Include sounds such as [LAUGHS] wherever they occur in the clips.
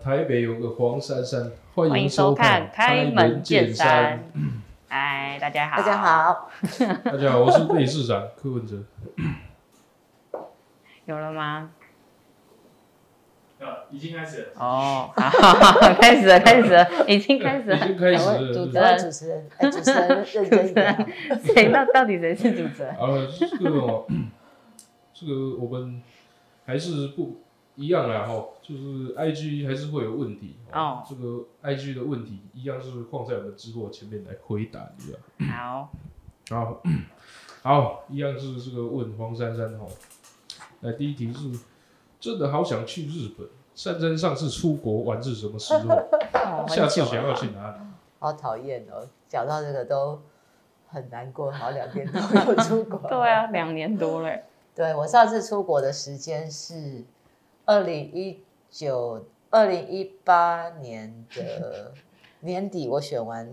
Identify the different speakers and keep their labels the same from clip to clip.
Speaker 1: 台北有个黄珊珊，
Speaker 2: 欢迎收看《开门见山》
Speaker 1: 开门见山。。
Speaker 2: 哎，大家好，
Speaker 3: 大家。好，
Speaker 1: 大家好，我是内市长 [LAUGHS] 柯文哲。
Speaker 2: 有了吗？
Speaker 4: 啊，已经开始了。
Speaker 2: 哦，好好好，开始了，开始了，已经开始
Speaker 1: 已
Speaker 2: 了。
Speaker 1: 经开始
Speaker 2: 两
Speaker 1: 了
Speaker 2: 位
Speaker 1: 对
Speaker 2: 主
Speaker 1: 不对
Speaker 2: 持
Speaker 3: 两位
Speaker 2: 人，
Speaker 3: 主持人，哎，主持人认真
Speaker 2: [LAUGHS]
Speaker 3: 一点啊。
Speaker 2: 谁到到底谁是主持人？
Speaker 1: 啊，这个哦，这个我们还是不一样啦哈，就是 IG 还是会有问题
Speaker 2: 哦
Speaker 1: 这个 IG 的问题一样是放在我们直播前面来回答一下。
Speaker 2: 好，
Speaker 1: 好， [CLEARS THROAT] 好，一样是这个问黄珊珊哈。那第一题是，真的好想去日本。珊珊上次出国玩是什么
Speaker 2: [LAUGHS]
Speaker 1: 时候？
Speaker 2: 哦
Speaker 1: 下
Speaker 2: 很
Speaker 1: 次
Speaker 2: 久
Speaker 1: 想要
Speaker 2: 了。
Speaker 1: 去哪里？
Speaker 3: 好讨厌哦，讲到这个都很难过，好两边都有出国。
Speaker 2: [LAUGHS] 对啊，两年多了。
Speaker 3: 对我上次出国的时间是二零一九、二零一八年的年底，我选完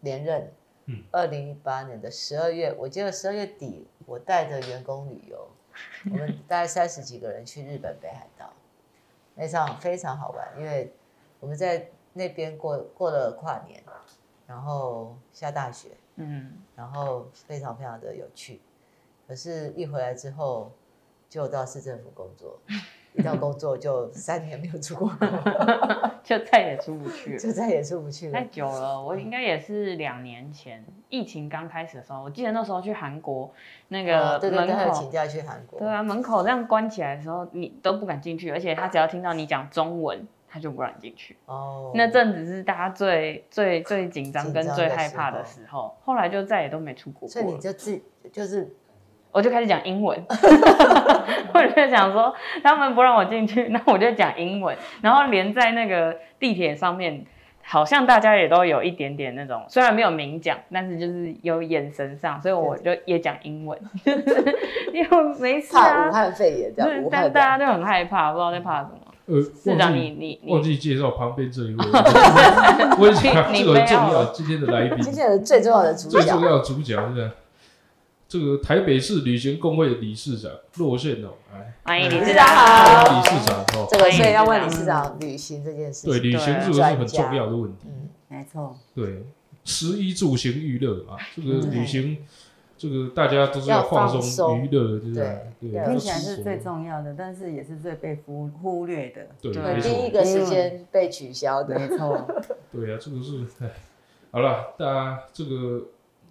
Speaker 3: 连任
Speaker 1: 嗯。
Speaker 3: 二零一八年的十二月，我记得十二月底，我带着员工旅游，我们大概三十几个人去日本北海道，那场非常好玩，因为我们在那边过过了跨年，然后下大雪，
Speaker 2: 嗯，
Speaker 3: 然后非常非常的有趣。可是，一回来之后就到市政府工
Speaker 2: [LAUGHS]
Speaker 3: 作，一到工作就三年没有出过国，
Speaker 2: 就再也出不去了。
Speaker 3: 就再也出不去
Speaker 2: 太
Speaker 3: 了。
Speaker 2: 久了，我应该也是两年前疫情刚开始的时候，我记得那时候去韩国那
Speaker 3: 啊
Speaker 2: 个
Speaker 3: 对对
Speaker 2: 门
Speaker 3: 对，还有
Speaker 2: 口
Speaker 3: 请假去韩国
Speaker 2: 对，啊，门口这样关起来的时候，你都不敢进去，而且他只要听到你讲中文，他就不让你进去。
Speaker 3: 哦，
Speaker 2: 那阵子是大家最最最紧张
Speaker 3: 紧
Speaker 2: 跟
Speaker 3: 张
Speaker 2: 最
Speaker 3: 的
Speaker 2: 害
Speaker 3: 时
Speaker 2: 怕的
Speaker 3: 候
Speaker 2: 时候，后来就再也都没出国
Speaker 3: 所以
Speaker 2: 过
Speaker 3: 你
Speaker 2: 了。
Speaker 3: 就自己就是
Speaker 2: 我就开始讲英
Speaker 3: [LAUGHS]
Speaker 2: 文， [LAUGHS] 我就想说他们不让我进去，那我就讲英文，然后连在那个地铁上面。好像大家也都有一点点那种，虽然没有明讲，但是就是有眼神上，所以我就也讲英
Speaker 3: [LAUGHS]
Speaker 2: 文， [LAUGHS] 因为没事啊
Speaker 3: 怕武。汉肺炎这样，
Speaker 2: 对
Speaker 3: 武，
Speaker 2: 但
Speaker 3: 汉
Speaker 2: 大家
Speaker 3: 的
Speaker 2: 都很害怕，不知道在怕什么。
Speaker 1: 呃，
Speaker 2: 市
Speaker 1: 忘
Speaker 2: 长，
Speaker 1: 记
Speaker 2: 你你你
Speaker 1: 忘记介绍旁边这一位，
Speaker 2: [LAUGHS]
Speaker 1: 我也想
Speaker 2: 你
Speaker 1: 这
Speaker 2: 你
Speaker 1: 个很
Speaker 2: 不
Speaker 1: 重
Speaker 2: 要
Speaker 1: 要今天的来宾，
Speaker 3: 今
Speaker 2: 哦
Speaker 3: 天的最重要的主
Speaker 1: [LAUGHS] 最重
Speaker 3: 角，
Speaker 1: 要的主角是吧这个台北市旅行工会理事长骆宪龙，哎，
Speaker 2: 欢迎理
Speaker 3: 理
Speaker 2: 事
Speaker 3: 事
Speaker 2: 长
Speaker 3: 长
Speaker 2: 好，
Speaker 3: 好
Speaker 1: 理事长哦，
Speaker 3: 这个
Speaker 2: 欢迎
Speaker 3: 所以要
Speaker 2: 市
Speaker 3: 问
Speaker 2: 长
Speaker 3: 理事长旅行这件事
Speaker 1: 对，
Speaker 3: 情。
Speaker 1: 旅行这个是很重要的问题，
Speaker 3: 嗯，
Speaker 5: 没错，
Speaker 1: 对，食衣住行娱乐嘛，这个
Speaker 3: 对
Speaker 1: 旅行，这个大家都是要放
Speaker 3: 要放松
Speaker 1: 娱乐，对不
Speaker 3: 对
Speaker 1: 对，
Speaker 3: 对
Speaker 5: 听起来是最
Speaker 1: 要，
Speaker 5: 重要的，但是也是最被忽忽略
Speaker 3: [LAUGHS]
Speaker 5: 的。
Speaker 1: 对，
Speaker 2: 对
Speaker 1: 没
Speaker 3: 第
Speaker 1: 错，
Speaker 3: 一个时间被取消的，
Speaker 5: 没错，
Speaker 1: 对啊，这个是，哎，好了，大家这个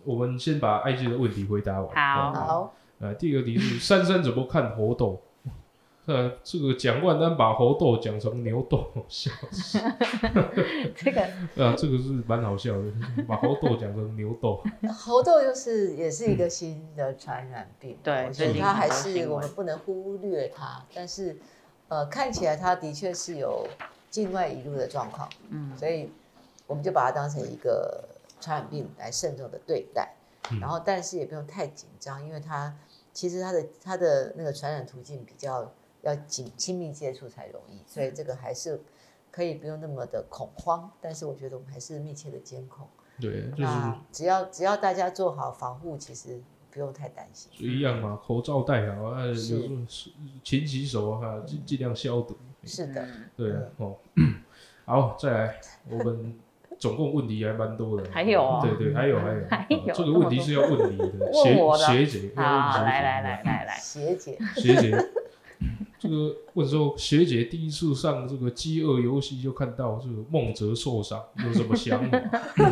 Speaker 1: 我们先把爱情的问题回答完，
Speaker 2: 好
Speaker 1: 哎
Speaker 3: 好，
Speaker 1: 来，第二个题是珊珊怎么看猴豆？ [LAUGHS] 呃，这个蒋万安把猴豆讲成牛豆，笑死！
Speaker 2: 这个
Speaker 1: [LAUGHS] 啊，这个是蛮好笑的，把猴豆讲成牛豆。
Speaker 3: [LAUGHS] 猴痘又是也是一个新的传染病，
Speaker 2: 对
Speaker 3: 我觉
Speaker 1: 最
Speaker 3: 得
Speaker 1: 近
Speaker 3: 它还
Speaker 2: 很多
Speaker 3: 是
Speaker 2: 新闻
Speaker 3: 我们不能忽略它，但是呃，看起来它的确是有境外移入的状况，
Speaker 2: 嗯
Speaker 3: 所以我们就把它当成一个传染病来慎重的对待，
Speaker 1: 嗯
Speaker 3: 然后但是也不用太紧张，因为它其实它的它的那个传染途径比较要紧亲密接触才容易，所以这个还是可以不用那么的恐慌，但是我觉得我们还是密切的监控。
Speaker 1: 对，就是
Speaker 3: 那只要只要大家做好防护，其实不用太担心。
Speaker 1: 就一样嘛，
Speaker 2: 嗯
Speaker 1: 口罩戴好啊，有
Speaker 3: 是
Speaker 1: 时候是勤洗手啊，
Speaker 2: 嗯
Speaker 1: 尽尽量消毒。
Speaker 3: 是的，
Speaker 1: 对啊，哦， [CLEARS THROAT] 好，再来，我们总共问题还蛮多的。
Speaker 2: 还有哦
Speaker 1: 对对，还有还有
Speaker 2: [LAUGHS] 还有
Speaker 1: 啊这个问题是要问你
Speaker 2: [LAUGHS]
Speaker 1: 的，
Speaker 2: 问我的
Speaker 1: 学学姐，要问学
Speaker 2: 嗯好，
Speaker 1: 姐
Speaker 2: 来来来来来，
Speaker 3: 学姐
Speaker 1: 学姐， [LAUGHS] 这个问说学姐第一次上这个饥饿游戏就看到这个孟哲受伤，有什么想
Speaker 2: [LAUGHS]
Speaker 1: 法？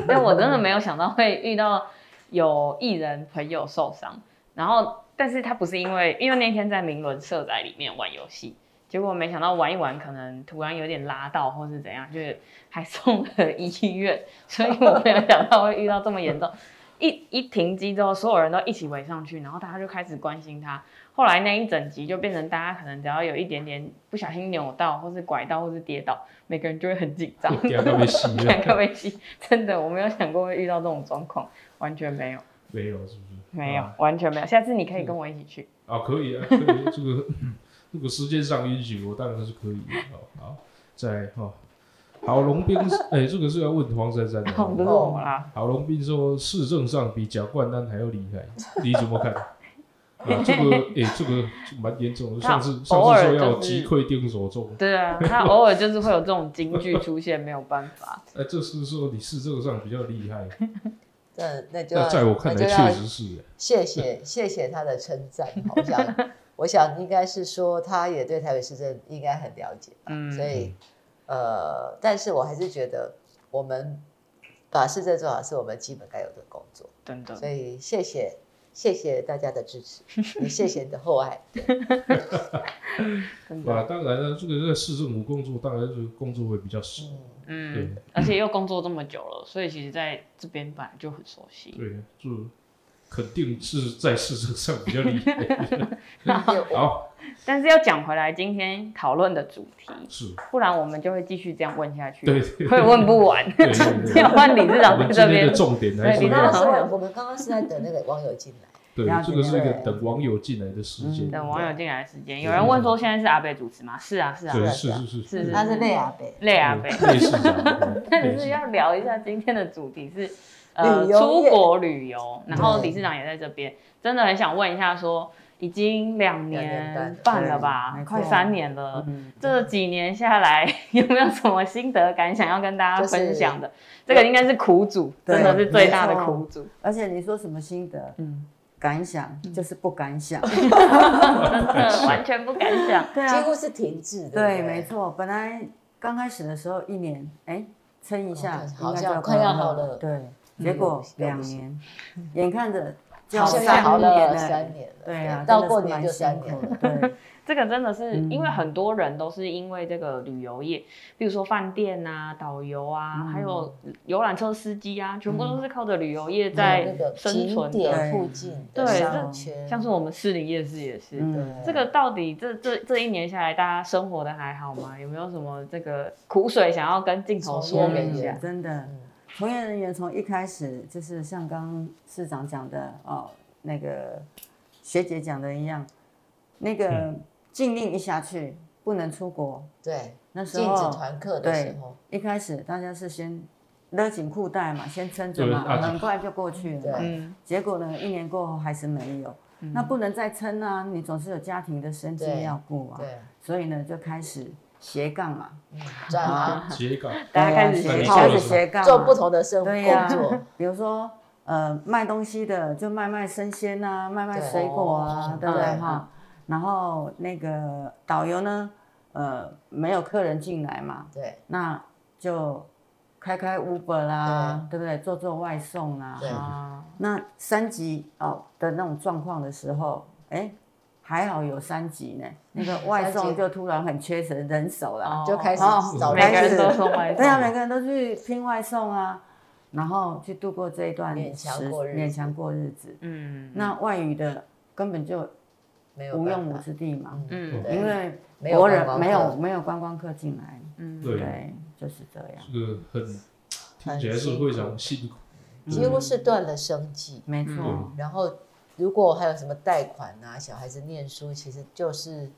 Speaker 2: 但我真的没有想到会遇到有艺人朋友受伤，然后但是他不是因为，因为那天在明伦社宅里面玩游戏。结果没想到玩一玩，可能突然有点拉到，或是怎样，就是还送了医院，所以我没有想到会遇到这么严重。一一停机之后，所有人都一起围上去，然后大家就开始关心他。后来那一整集就变成大家可能只要有一点点不小心扭到，或是拐到，或是跌倒，每个人就会很紧张，
Speaker 1: [LAUGHS] 第二个被吸
Speaker 2: [LAUGHS] 两个
Speaker 1: 了，
Speaker 2: 微信，真的，我没有想过会遇到这种状况，完全没有，
Speaker 1: 没有是不是？
Speaker 2: 没有，
Speaker 1: 啊
Speaker 2: 完全没有。下次你可以跟我一起去。
Speaker 1: 啊，可以啊，可以，这个如果时间上允许，我当然是可以的。哦好，好，再来哈。郝龙斌，哎、这个是要问黄珊珊的哦
Speaker 2: 然。后 [LAUGHS] 不是我啦，
Speaker 1: 郝龙斌说，市政上比蒋冠安还要厉害，你怎么看？啊，这个诶、这个就蛮严重的。
Speaker 2: 他
Speaker 1: 上次上
Speaker 2: 偶
Speaker 1: 次
Speaker 2: 尔
Speaker 1: 说要
Speaker 2: 就是
Speaker 1: 击溃定所中，
Speaker 2: 对啊，
Speaker 1: [LAUGHS]
Speaker 2: 他偶尔就是会有这种金句出现，没有办法。
Speaker 1: 哎、这是说你市政上比较厉害。
Speaker 3: 那那就要
Speaker 2: 啊
Speaker 1: 那在我看来，
Speaker 3: 那就要
Speaker 1: 确实是、哎
Speaker 3: 谢谢谢谢他的称
Speaker 1: [LAUGHS]
Speaker 3: 赞，我想我想应该是说他也对台北市政应该很了解，
Speaker 2: 嗯，
Speaker 3: 所以呃，但是我还是觉得我们把市政做好是我们基本该有的工作，
Speaker 1: [LAUGHS]
Speaker 2: 真的
Speaker 1: 嗯
Speaker 3: 所以谢谢谢谢大家的支持，也谢谢你的厚爱。
Speaker 2: 真
Speaker 1: 啊，
Speaker 2: 的，
Speaker 1: 当然了，这个在市政府工作，当然是工作会比较少。 [LAUGHS]
Speaker 3: 嗯，
Speaker 2: 嗯，而且又工作这么久了，所以其实在这边本来就很熟悉。
Speaker 1: 对，就肯定是在市政上比较厉害。
Speaker 3: 因为我
Speaker 1: 好，
Speaker 2: 但是要讲回来，今天讨论的主题，
Speaker 1: 是，
Speaker 2: 不然我们就会继续这样问下去，
Speaker 1: 对对
Speaker 2: 会问不完。
Speaker 1: 对对对
Speaker 2: [LAUGHS] 要不然理事
Speaker 1: 我
Speaker 2: 长在
Speaker 1: 们
Speaker 2: 这
Speaker 1: 今天
Speaker 2: 边
Speaker 1: 的，重点还
Speaker 2: 对
Speaker 1: 是
Speaker 2: 你
Speaker 3: 刚
Speaker 2: 那
Speaker 3: 刚
Speaker 1: 要
Speaker 2: 个
Speaker 3: 是在我们刚刚是在等那个网友进来，
Speaker 1: 对
Speaker 5: 了，解
Speaker 1: 这个是一个
Speaker 3: 对
Speaker 1: 等网友进来的时间。
Speaker 5: 嗯
Speaker 2: 等网友进来的时间，有人问说现在是阿贝主持吗？是啊，是啊，
Speaker 1: 对，
Speaker 3: 是
Speaker 1: 是
Speaker 3: 啊
Speaker 1: 是是
Speaker 2: 是
Speaker 3: 他是内亚北，
Speaker 2: 累啊阿贝。
Speaker 1: 对类似这样
Speaker 2: 但
Speaker 1: 类似
Speaker 2: 是要聊一下今天的主题是，呃，
Speaker 3: 旅游
Speaker 2: 出
Speaker 3: 业
Speaker 2: 国旅游。然后
Speaker 3: 对
Speaker 2: 理事长也在这边，真的很想问一下说已经两
Speaker 3: 两年半
Speaker 2: 年半
Speaker 3: 了
Speaker 2: 了吧
Speaker 5: 对没，错
Speaker 2: 快三年了。
Speaker 5: 嗯，
Speaker 2: 这几年下来，有没有什么心得感想要跟大家
Speaker 3: 就是
Speaker 2: 分享的？这个应该是苦主，
Speaker 5: 对
Speaker 2: 真的是最大的
Speaker 5: 没错
Speaker 2: 苦主。
Speaker 5: 而且你说什么心得？
Speaker 2: 嗯，
Speaker 5: 感想就是不敢想，
Speaker 2: 真的完全不敢想。
Speaker 5: 对
Speaker 3: 几乎是停滞的，
Speaker 5: 啊对，
Speaker 3: 不
Speaker 5: 没错。本来刚开始的时候一年，哎，撑一下，
Speaker 3: 哦好
Speaker 5: 应该
Speaker 3: 像
Speaker 5: 就
Speaker 3: 快要好了嗯
Speaker 5: 对，结果两年，眼看着就要
Speaker 3: 好像要好
Speaker 5: 三
Speaker 3: 了
Speaker 5: 年
Speaker 3: 三。年了，
Speaker 5: 对啊，
Speaker 3: 到
Speaker 5: 真的是
Speaker 3: 过年
Speaker 5: 蛮
Speaker 3: 就三
Speaker 5: 辛
Speaker 3: 年
Speaker 5: 苦
Speaker 3: 了。
Speaker 5: 的。对，
Speaker 2: 这个真的是
Speaker 5: 嗯
Speaker 2: 因为很多人都是因为这个旅游业，比如说饭店啊、导游啊，
Speaker 5: 嗯
Speaker 2: 还有游览车司机啊，全部都是靠着旅游业在
Speaker 3: 那个
Speaker 2: 生存
Speaker 3: 景
Speaker 2: 的。
Speaker 3: 点附近
Speaker 2: 对
Speaker 3: 的
Speaker 2: 对
Speaker 3: 商圈，
Speaker 2: 像是我们士林夜市也是，
Speaker 5: 嗯，
Speaker 2: 这个到底这这这一年下来，大家生活的还好吗？有没有什么这个苦水想要跟镜头说明一下？
Speaker 5: 嗯真的，
Speaker 3: 嗯
Speaker 5: 从业人员从一开始就是像刚刚市长讲的哦，那个学姐讲的一样，那个
Speaker 3: 嗯
Speaker 5: 禁令一下去，不能出国。
Speaker 3: 对
Speaker 5: 那时
Speaker 3: 禁止
Speaker 5: 候
Speaker 3: 团客的时候，
Speaker 5: 一开始大家是先勒紧裤带嘛，先撑着
Speaker 1: 对啊
Speaker 5: 嘛，很快就过去了嘛。
Speaker 3: 对嗯
Speaker 2: 嗯，
Speaker 5: 结果呢，一年过后还是没有，那不能再撑啊，你总是有家庭的生计
Speaker 3: 对
Speaker 5: 要顾啊，
Speaker 3: 对，
Speaker 5: 所以呢就开始斜杠嘛，
Speaker 3: 嗯，转行
Speaker 1: 斜杠，
Speaker 2: 大家开始
Speaker 5: 对啊
Speaker 1: 斜杠
Speaker 5: 开始斜啊杠嘛，
Speaker 3: 做不同的生
Speaker 5: 对呀、
Speaker 3: 工
Speaker 5: [LAUGHS]
Speaker 3: 作，
Speaker 5: 比如说呃卖东西的就卖卖生鲜啊，卖卖水果啊，
Speaker 3: 对
Speaker 5: 对不对
Speaker 2: 嗯
Speaker 5: 哈？然后那个导游呢，呃没有客人进来嘛，
Speaker 3: 对
Speaker 5: 那就开开 Uber 啦，对不对？做做外送啦、
Speaker 3: 对
Speaker 2: 啊，
Speaker 5: 那三级哦的那种状况的时候，哎，还好有三级呢，那个外
Speaker 3: 三级
Speaker 5: 送就突然很缺人人手了。
Speaker 2: 哦
Speaker 3: 就开始
Speaker 5: 哦
Speaker 3: 找
Speaker 2: 每个
Speaker 5: 开
Speaker 2: 人
Speaker 5: 始
Speaker 2: 都说外
Speaker 5: [LAUGHS] 对啊，
Speaker 2: 送，
Speaker 5: 每个人都去拼外送啊，然后去度过这一段
Speaker 3: 勉强
Speaker 5: 时
Speaker 3: 过日子
Speaker 5: 勉强过日子。
Speaker 2: 嗯，
Speaker 5: 那外语的根本就
Speaker 3: 没有
Speaker 5: 无
Speaker 3: 办
Speaker 5: 用武
Speaker 3: 法，
Speaker 5: 之地嘛，
Speaker 2: 嗯
Speaker 3: 对
Speaker 5: 因为
Speaker 3: 没有
Speaker 5: 国
Speaker 3: 观光
Speaker 5: 人没
Speaker 3: 客
Speaker 5: 有没有观光客进来，
Speaker 2: 嗯
Speaker 1: 对
Speaker 5: 对，就是这样，
Speaker 1: 这个很听起来是非常辛苦。
Speaker 3: 几乎是断了生计，
Speaker 5: 没错。
Speaker 1: 嗯
Speaker 3: 然后如果还有什么贷款啊，小孩子念书，其实就是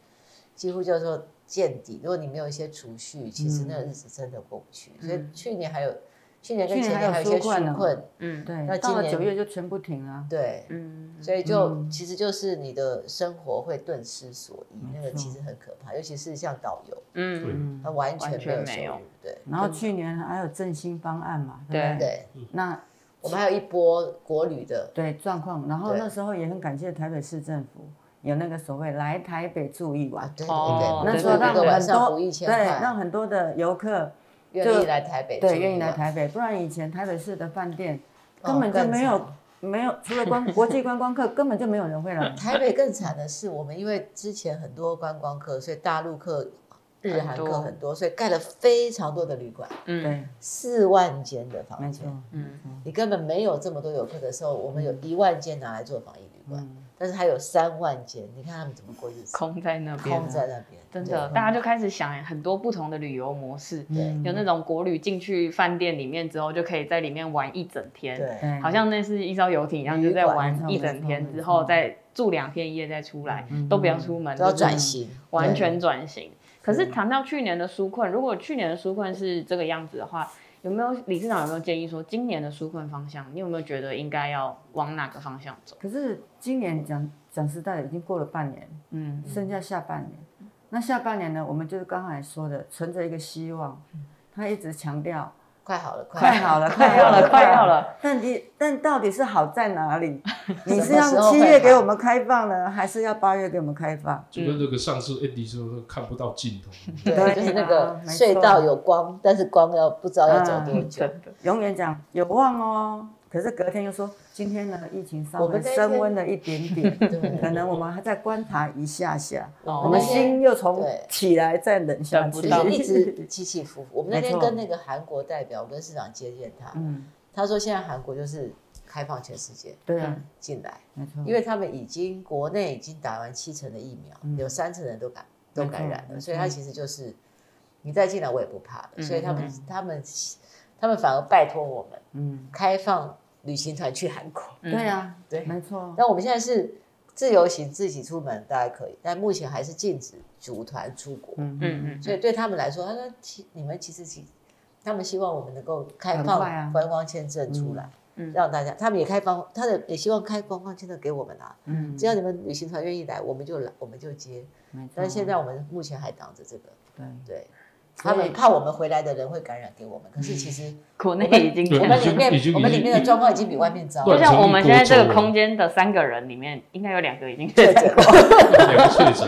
Speaker 3: 几乎叫做见底。如果你没有一些储蓄，其实那个日子真的过不去。所以去年还有，去年跟
Speaker 5: 嗯去年
Speaker 3: 前
Speaker 5: 还有
Speaker 3: 年还有一些
Speaker 5: 纾困
Speaker 3: 纾
Speaker 5: 呢
Speaker 3: 困，
Speaker 2: 嗯
Speaker 5: 对，
Speaker 3: 那
Speaker 5: 到
Speaker 3: 今
Speaker 5: 了
Speaker 3: 年
Speaker 5: 九月就全部停了。
Speaker 3: 对，
Speaker 2: 嗯，
Speaker 3: 所以就、
Speaker 5: 嗯
Speaker 3: 其实就是你的生活会顿失所依，那个
Speaker 5: 错
Speaker 3: 其实很可怕，尤其是像导游，
Speaker 1: 对
Speaker 2: 嗯，
Speaker 5: 嗯
Speaker 3: 他，完全
Speaker 2: 完全
Speaker 3: 没
Speaker 2: 没
Speaker 3: 有收
Speaker 2: 有
Speaker 3: 入，对
Speaker 5: 然后去年还有振兴方案嘛，对不对？
Speaker 3: 对。
Speaker 5: 那
Speaker 3: 我们还有一波国旅的，
Speaker 5: 对状况，然后
Speaker 3: 对
Speaker 5: 那时候也很感谢台北市政府有那个所谓来台北住一
Speaker 3: 啊
Speaker 5: 晚，，
Speaker 3: 对对
Speaker 2: 哦
Speaker 3: 对，
Speaker 5: 那
Speaker 3: 对
Speaker 5: 时候
Speaker 3: 对一
Speaker 5: 让
Speaker 3: 个晚
Speaker 5: 很
Speaker 3: 上
Speaker 5: 多
Speaker 3: 补一千
Speaker 5: 对
Speaker 3: 块，
Speaker 5: 让很多的游客
Speaker 3: 愿意来台北住一晚，
Speaker 5: 对愿意来台北，不然以前台北市的饭店
Speaker 3: 哦
Speaker 5: 根本就
Speaker 3: 更
Speaker 5: 没有
Speaker 3: 惨
Speaker 5: 没有，除了观
Speaker 2: [LAUGHS]
Speaker 5: 国际观光客，根本就没有人会
Speaker 2: 嗯
Speaker 3: [LAUGHS]
Speaker 5: 来。
Speaker 3: 台北更惨的是，我们因为之前很多观光客，所以大陆客、日
Speaker 2: 很
Speaker 3: 韩客
Speaker 2: 多
Speaker 3: 很多，所以盖了非常多的旅馆，
Speaker 2: 嗯，
Speaker 5: 对，
Speaker 3: 四万间的
Speaker 5: 没
Speaker 3: 房
Speaker 5: 错
Speaker 3: 间。，
Speaker 2: 嗯，
Speaker 3: 你根本没有这么多游客的时候，我们有一万间拿来做防疫旅馆，但是还有三万间，你看他们怎么过日子，
Speaker 2: 空在那边
Speaker 3: 嗯
Speaker 2: 啊
Speaker 3: 空，啊在那边，
Speaker 2: 真的，
Speaker 3: 对
Speaker 2: 大家就开始想很多不同的旅游模式，
Speaker 3: 对
Speaker 2: 嗯有那种国旅进去饭店里面之后，就可以在里面玩一整天，
Speaker 3: 对
Speaker 5: 对，
Speaker 2: 好像那是一艘游艇一样，
Speaker 3: 旅
Speaker 2: 就在
Speaker 3: 馆
Speaker 2: 玩一整
Speaker 5: 没
Speaker 2: 天
Speaker 5: 错
Speaker 2: 之
Speaker 5: 没
Speaker 2: 后，
Speaker 5: 错嗯
Speaker 2: 再住两天一夜再出
Speaker 3: 嗯
Speaker 2: 来，都不要出门，
Speaker 3: 都要
Speaker 2: 就是
Speaker 3: 转型，
Speaker 2: 完
Speaker 3: 对
Speaker 2: 全转型。可是谈到去年的纾困，如果去年的纾困是这个样子的话，有没有理事长有没有建议说今年的纾困方向？你有没有觉得应该要往哪个方向走？
Speaker 5: 可是今年讲讲实在的，已经过了半年，
Speaker 2: 嗯，
Speaker 5: 剩下下半年。那下半年呢，我们就是刚才说的，存着一个希望。他一直强调
Speaker 3: 快好了，
Speaker 5: 快好了，
Speaker 2: 嗯 [LAUGHS] 快要
Speaker 5: [LAUGHS]
Speaker 2: 了，快要。了，
Speaker 5: 但你但到底是好在
Speaker 2: [LAUGHS]
Speaker 5: 哪里？你是
Speaker 3: 什么时候
Speaker 5: 要
Speaker 3: 会
Speaker 5: 七月
Speaker 3: 好
Speaker 5: 给我们开放呢，还是要八月给我们开放？
Speaker 1: 就跟那个上次 Andy 说的看不到尽头，
Speaker 3: 对，
Speaker 5: 对
Speaker 3: 就是那
Speaker 5: 啊
Speaker 3: 个
Speaker 5: 没
Speaker 3: 隧
Speaker 5: 错
Speaker 3: 道有光，但是光要不知道要走
Speaker 5: 嗯
Speaker 3: 多 [LAUGHS] 久。
Speaker 2: 的，
Speaker 5: 永远讲有望哦，可是隔天又说今天呢疫情稍
Speaker 3: 我们
Speaker 5: 微
Speaker 3: 那天
Speaker 5: 升温了一点
Speaker 3: [LAUGHS]
Speaker 5: 点，
Speaker 3: 对
Speaker 5: 可能我们还在观察一下下，
Speaker 2: 哦
Speaker 5: 我们
Speaker 3: 先
Speaker 5: 心又从
Speaker 3: 对
Speaker 5: 起来再冷下
Speaker 2: 忍不
Speaker 5: 去，
Speaker 2: 到
Speaker 3: 就是一
Speaker 5: [LAUGHS]
Speaker 3: 直起起伏伏。我们那天
Speaker 5: 没错
Speaker 3: 跟那个韩国代表，我跟市长接见他，
Speaker 5: 嗯，
Speaker 3: 他说现在韩国就是开放全世界
Speaker 5: 对啊，
Speaker 3: 进来，
Speaker 5: 没错，
Speaker 3: 因为他们已经国内已经打完七成的疫苗，
Speaker 5: 嗯
Speaker 3: 有三成人都感都
Speaker 5: 没错
Speaker 3: 感染了，
Speaker 5: 没
Speaker 3: 所以
Speaker 5: 错
Speaker 3: 他其实就是你再进来我也不怕的，
Speaker 2: 嗯
Speaker 3: 所以他
Speaker 5: 嗯
Speaker 3: 们他们他们反而拜托我们
Speaker 5: 嗯，
Speaker 3: 开放旅行团去韩国，
Speaker 2: 嗯
Speaker 5: 对，啊，
Speaker 3: 对
Speaker 5: 没错，
Speaker 3: 但我们现在是自由行自己出门大概可以，但目前还是禁止组团出国，
Speaker 5: 嗯
Speaker 2: 嗯嗯，
Speaker 3: 所以对他们来说，他说其你们其实其他们希望我们能够开放
Speaker 5: 很快啊
Speaker 3: 观光签证出来，
Speaker 2: 嗯
Speaker 3: 让大家他们也开放，他的也希望开观光签证给我们啊，
Speaker 5: 嗯
Speaker 3: 只要你们旅行团愿意来，我们就来，我们就接。
Speaker 2: 哦
Speaker 5: 没错
Speaker 3: 但是现在我们目前还挡着这个，
Speaker 5: 对，
Speaker 3: 对
Speaker 5: 所
Speaker 3: 他
Speaker 5: 以
Speaker 3: 们怕我们回来的人会感染给我们，可是其实
Speaker 2: 国内已经
Speaker 1: 对
Speaker 2: 这
Speaker 3: 我
Speaker 2: 样
Speaker 3: 们
Speaker 1: 已经
Speaker 3: 里面
Speaker 1: 嗯已经
Speaker 3: 我们里面的
Speaker 1: 已
Speaker 3: 状况已经比外面糟
Speaker 1: 对
Speaker 2: 就
Speaker 3: 了，
Speaker 2: 像我们现在这个空间的三个人里面，应该有两个已经 [LAUGHS] 确诊过，
Speaker 1: 两个确诊，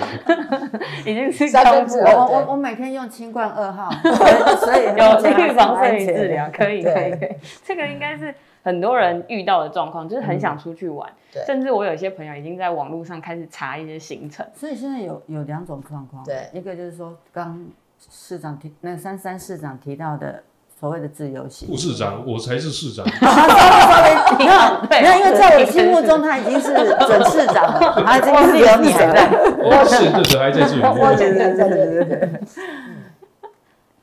Speaker 2: 已经是
Speaker 3: 三
Speaker 2: 康
Speaker 3: 分
Speaker 2: 复
Speaker 3: 之
Speaker 5: 我
Speaker 3: 二
Speaker 2: 了，
Speaker 5: 我我每天用清冠二号，所以所以
Speaker 2: 有预防摄影治疗，可以可
Speaker 3: 对
Speaker 2: 以可以，这个应该是很多人遇到的状况，就是很想出去玩，
Speaker 3: 嗯对
Speaker 2: 甚至我有些朋友已经在网络上开始查一些行程，
Speaker 5: 所以现在有有两种状况，
Speaker 3: 对
Speaker 5: 一个就是说刚市长提那个三三市长提到的所谓的自由行，
Speaker 1: 副市长我才是市长，
Speaker 5: 啊
Speaker 3: [LAUGHS]
Speaker 5: 没有，没有，因为在我心目中他已经是准市长
Speaker 3: [LAUGHS]
Speaker 5: 了，他已经是有你在。
Speaker 1: 我哦现任的还在这
Speaker 3: 我
Speaker 1: 里，
Speaker 3: 觉得在这里。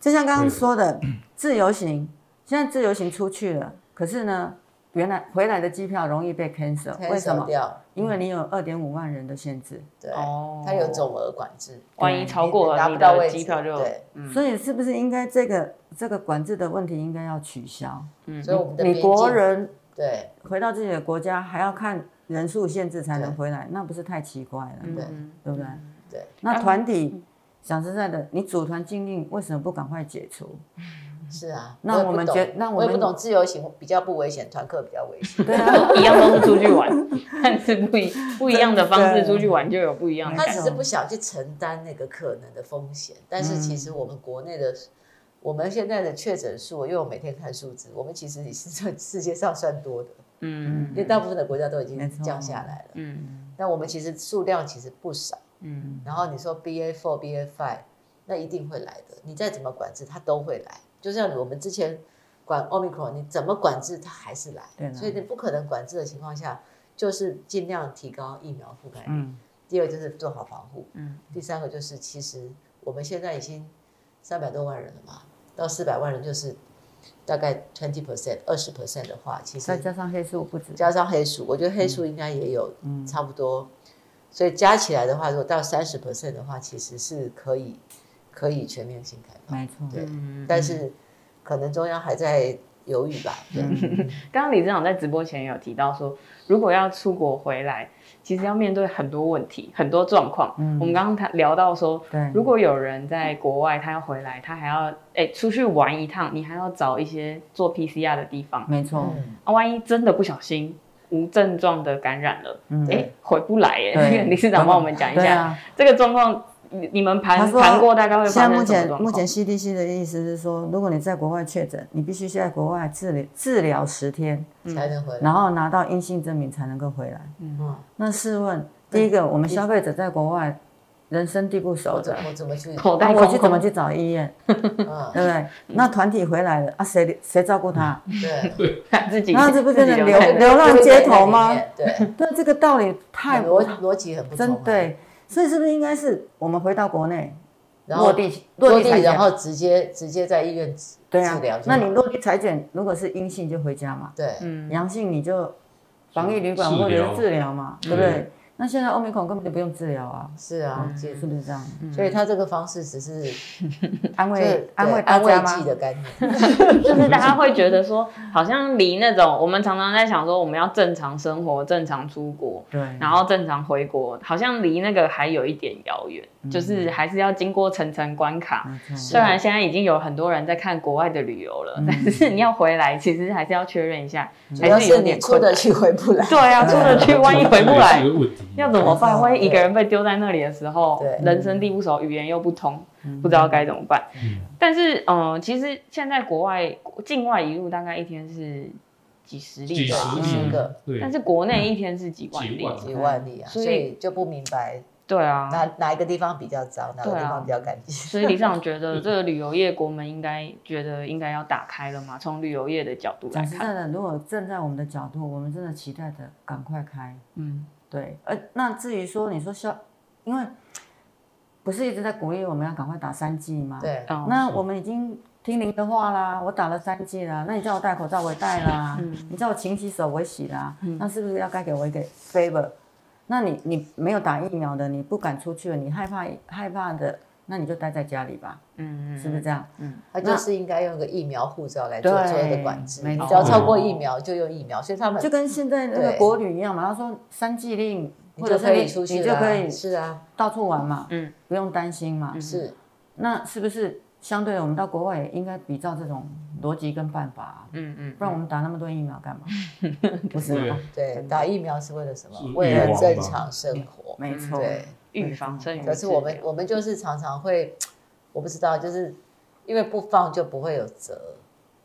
Speaker 5: 就像刚刚说的，自由行，现在自由行出去了，可是呢，原来回来的机票容易被 cancel，为什么？
Speaker 3: 掉，
Speaker 5: 因为你有二点五万人的限制，
Speaker 3: 对，
Speaker 2: 哦
Speaker 3: 它有总额管制，
Speaker 2: 万一超过
Speaker 3: 达
Speaker 2: 了
Speaker 3: 不
Speaker 2: 你
Speaker 3: 到位
Speaker 2: 的
Speaker 3: 置
Speaker 2: 机票就
Speaker 3: 对
Speaker 2: 嗯
Speaker 5: 所以是不是应该这个这个管制的问题应该要取消？
Speaker 2: 嗯
Speaker 3: 所以我们的边
Speaker 5: 你
Speaker 3: 境
Speaker 5: 国人
Speaker 3: 对
Speaker 5: 回到自己的国家还要看人数限制才能
Speaker 3: 对
Speaker 5: 回来，那不是太奇怪了？
Speaker 2: 嗯
Speaker 3: 对
Speaker 2: 嗯
Speaker 5: 对不对？
Speaker 3: 对。
Speaker 5: 那
Speaker 2: 啊
Speaker 5: 团体讲实在的，你组团禁令为什么不赶快解除？
Speaker 3: 是啊，
Speaker 5: 那
Speaker 3: 也不
Speaker 5: 我们
Speaker 3: 懂
Speaker 5: 觉那我
Speaker 3: 我也不
Speaker 5: 们
Speaker 3: 懂自由行比较不危险，团客比较危
Speaker 5: [LAUGHS]
Speaker 3: 险。
Speaker 5: 对啊，
Speaker 2: 一样都是出去玩， [LAUGHS] 但是不一不一样的方式出去玩就有不一样的
Speaker 3: 他
Speaker 2: 感
Speaker 3: 只
Speaker 2: 觉。
Speaker 3: 是
Speaker 5: 嗯
Speaker 3: 不想去承担那个可能的风险，但是其
Speaker 5: 嗯
Speaker 3: 实我们国内的。我们现在的确诊数，因为我每天看数字，我们其实也是这世界上算 [LAUGHS] 多的，
Speaker 2: 嗯
Speaker 3: 因为大部分的国家都已经
Speaker 5: 没错
Speaker 3: 降下来了。
Speaker 2: 嗯
Speaker 3: 但我们其实数量其实不少。
Speaker 2: 嗯
Speaker 3: 然后你说 BA four、BA five，那一定会来的。你再怎么管制，它都会来。就像我们之前管 Omicron，你怎么管制，它还是来。
Speaker 5: 对啦
Speaker 3: 所以你不可能管制的情况下，就是尽量提高疫苗覆盖率。
Speaker 2: 哎
Speaker 5: 嗯，
Speaker 3: 第二就是做好防护。
Speaker 2: 嗯，
Speaker 3: 第三个就是，其实我们现在已经三百多万人了嘛，到四百万人就是大概 twenty percent、二十 percent 的话，其
Speaker 5: 再
Speaker 3: 实
Speaker 5: 加上黑数不止，
Speaker 3: 加上黑鼠，我觉得黑
Speaker 5: 嗯
Speaker 3: 鼠应该也有差不多，所以加起来的话，如果到三十 percent 的话，其实是可以可以全面性开放，
Speaker 5: 没错，
Speaker 3: 对
Speaker 2: 嗯。
Speaker 3: 但是可能中央还在犹豫吧。对，
Speaker 2: 刚刚李镇长在直播前也有提到说，如果要出国回来，其实要面对很多问题、很多状况。
Speaker 5: 嗯
Speaker 2: [LAUGHS] 我们刚刚谈聊到说，
Speaker 5: 对，
Speaker 2: 如果有人在国外，他要回来，他还要哎出去玩一趟，你还要找一些做 PCR 的地方。
Speaker 5: 没错，
Speaker 3: 嗯，
Speaker 2: 啊，万一真的不小心无症状的感染了，
Speaker 5: 嗯
Speaker 2: 哎、回不来耶。
Speaker 5: 对
Speaker 2: 这 [LAUGHS] 个理事长帮我们讲一
Speaker 5: 对
Speaker 2: 下、
Speaker 5: 啊。
Speaker 2: 这个状况，你你们
Speaker 5: 他
Speaker 2: 盘
Speaker 5: 说
Speaker 2: 盘过大概会
Speaker 5: 现在
Speaker 2: 发生
Speaker 5: 目
Speaker 2: 什么
Speaker 5: 前
Speaker 2: 状况？
Speaker 5: 目前 CDC 的意思是说，如果你在国外确诊，你必须先在国外治疗治疗十天，
Speaker 3: 才能回来。
Speaker 5: 然后拿到阴性证明才能够回来。
Speaker 3: 嗯，
Speaker 5: 嗯那试问，第一个，我们消费者在国外人生地不熟
Speaker 3: 我怎
Speaker 5: 的，
Speaker 3: 我怎么去？
Speaker 2: 口
Speaker 5: 那
Speaker 2: 袋
Speaker 5: 我
Speaker 2: 空
Speaker 5: 去
Speaker 2: 空，
Speaker 5: 怎么去找医院，
Speaker 3: 嗯，
Speaker 5: 对不对？那团体回来了啊，谁谁照顾他？
Speaker 3: 对，
Speaker 2: [LAUGHS] 自己
Speaker 5: 那这 [LAUGHS] 不是
Speaker 2: 自己
Speaker 5: 流
Speaker 2: 留在
Speaker 5: 流浪街头吗
Speaker 3: 就会在里面？
Speaker 5: 对，这个道理
Speaker 3: 对，
Speaker 5: [LAUGHS] 太
Speaker 3: 逻逻辑很不同
Speaker 5: 真
Speaker 3: 啊。
Speaker 5: 对，所以是不是应该是我们回到国内
Speaker 3: 然后
Speaker 5: 落地
Speaker 3: 落地，
Speaker 5: 裁剪
Speaker 3: 然后直接直接在医院治
Speaker 5: 对
Speaker 3: 治
Speaker 5: 啊
Speaker 3: 疗就好。，
Speaker 5: 那你落地裁剪如果是阴性就回家嘛，
Speaker 3: 对
Speaker 2: 嗯
Speaker 5: 阳性你就防疫旅馆或者
Speaker 1: 治
Speaker 5: 是治疗嘛，对不
Speaker 1: 嗯
Speaker 5: 对？那现在欧米孔根本就不用治疗啊，
Speaker 3: 是啊，解
Speaker 5: 是不是这样？
Speaker 3: 所以他这个方式只是就是
Speaker 5: 安慰安
Speaker 3: 对
Speaker 5: 慰大
Speaker 3: 安
Speaker 5: 家
Speaker 3: 慰剂
Speaker 5: 吗？
Speaker 3: 的概念，
Speaker 2: 就是大家会觉得说，好像离那种我们常常在想说，我们要正常生活、正常出国，
Speaker 5: 对，
Speaker 2: 然后正常回国，好像离那个还有一点遥远，就是还是要经过层层关卡。
Speaker 3: 嗯
Speaker 5: 没错
Speaker 2: 虽然现在已经有很多人在看国外的旅游了，但是你要回来，其实还是要确认一下，
Speaker 3: 嗯主要
Speaker 2: 还有
Speaker 3: 是
Speaker 2: 点
Speaker 3: 你出
Speaker 2: 困
Speaker 3: 得
Speaker 2: 难。
Speaker 3: 去回不来。
Speaker 2: 对啊，出得去，万一回不
Speaker 1: 这也
Speaker 2: 来
Speaker 1: 是一，个问题。
Speaker 2: 要怎么办？
Speaker 3: 对
Speaker 2: 万一一个人被丢在那里的时候
Speaker 3: 对，
Speaker 2: 人生地不熟，语言又不通，不知道该怎么办。
Speaker 1: 嗯
Speaker 2: 但是，嗯、其实现在国外境外一路大概一天是几十例
Speaker 1: 几
Speaker 2: 吧，嗯
Speaker 1: 十
Speaker 3: 是
Speaker 1: 例
Speaker 3: 的，
Speaker 1: 对，
Speaker 2: 但是国内一天是几万
Speaker 1: 几
Speaker 2: 例。
Speaker 1: 万
Speaker 3: [LAUGHS] 几万里啊，
Speaker 2: 所
Speaker 3: 所
Speaker 2: 以
Speaker 3: 以就不明白
Speaker 2: 对啊，
Speaker 3: 哪哪一个地方比较脏，哪个
Speaker 2: 对啊
Speaker 3: 地方比较干净。
Speaker 2: 所以李市长觉得这个旅游业，国门应该觉得应该要打开了嘛？从旅游业的角度来
Speaker 5: 讲实
Speaker 2: 看，
Speaker 5: 在的，如果站在我们的角度，我们真的期待的赶快开。
Speaker 2: 嗯，
Speaker 5: 对，呃，那至于说你说消，因为不是一直在鼓励我们要赶快打三剂吗？。
Speaker 3: [LAUGHS] 对，
Speaker 2: 哦
Speaker 5: 那我们已经听您的话啦，我打了三剂啦，那你叫我戴口罩我也戴啦，你叫我勤洗手我也洗啦，那是不是要该给我一个 favor？那你你没有打疫苗的，你不敢出去了，你害怕害怕的，那你就待在家里吧，
Speaker 2: 嗯
Speaker 5: 是不是这样？
Speaker 3: 它就是应该用个疫苗护照来做
Speaker 5: 对
Speaker 3: 所有的管制，
Speaker 5: 没
Speaker 3: 你
Speaker 5: 错
Speaker 3: 只要超过疫苗就用疫苗，所以他们
Speaker 5: 就跟现在那个
Speaker 3: 对
Speaker 5: 国旅一样嘛，他说三季令，
Speaker 3: 你
Speaker 5: 或
Speaker 3: 就
Speaker 5: 者是
Speaker 3: 可
Speaker 5: 你
Speaker 3: 以出去
Speaker 5: 你就
Speaker 3: 啦嗯
Speaker 5: 可以
Speaker 3: 是啊，
Speaker 5: 到处玩嘛，
Speaker 2: 嗯
Speaker 5: 不用担心嘛。
Speaker 3: 是
Speaker 5: 那是不是相对的，我们到国外也应该比照这种逻辑跟办法、啊？
Speaker 2: 嗯嗯，
Speaker 5: 不然我们打那么多疫苗干
Speaker 3: [LAUGHS]
Speaker 5: 嘛？不是
Speaker 1: 对
Speaker 5: 吗？
Speaker 3: 对，打疫苗是为了什
Speaker 1: 是
Speaker 3: 么？为了
Speaker 1: 欲望
Speaker 3: 正
Speaker 1: 吧
Speaker 3: 常生活。
Speaker 5: 没错，
Speaker 3: 嗯对，
Speaker 2: 预防胜于
Speaker 3: 可是我们
Speaker 2: 治疗
Speaker 3: 我们就是常常会，我不知道，就是因为不放就不会有责，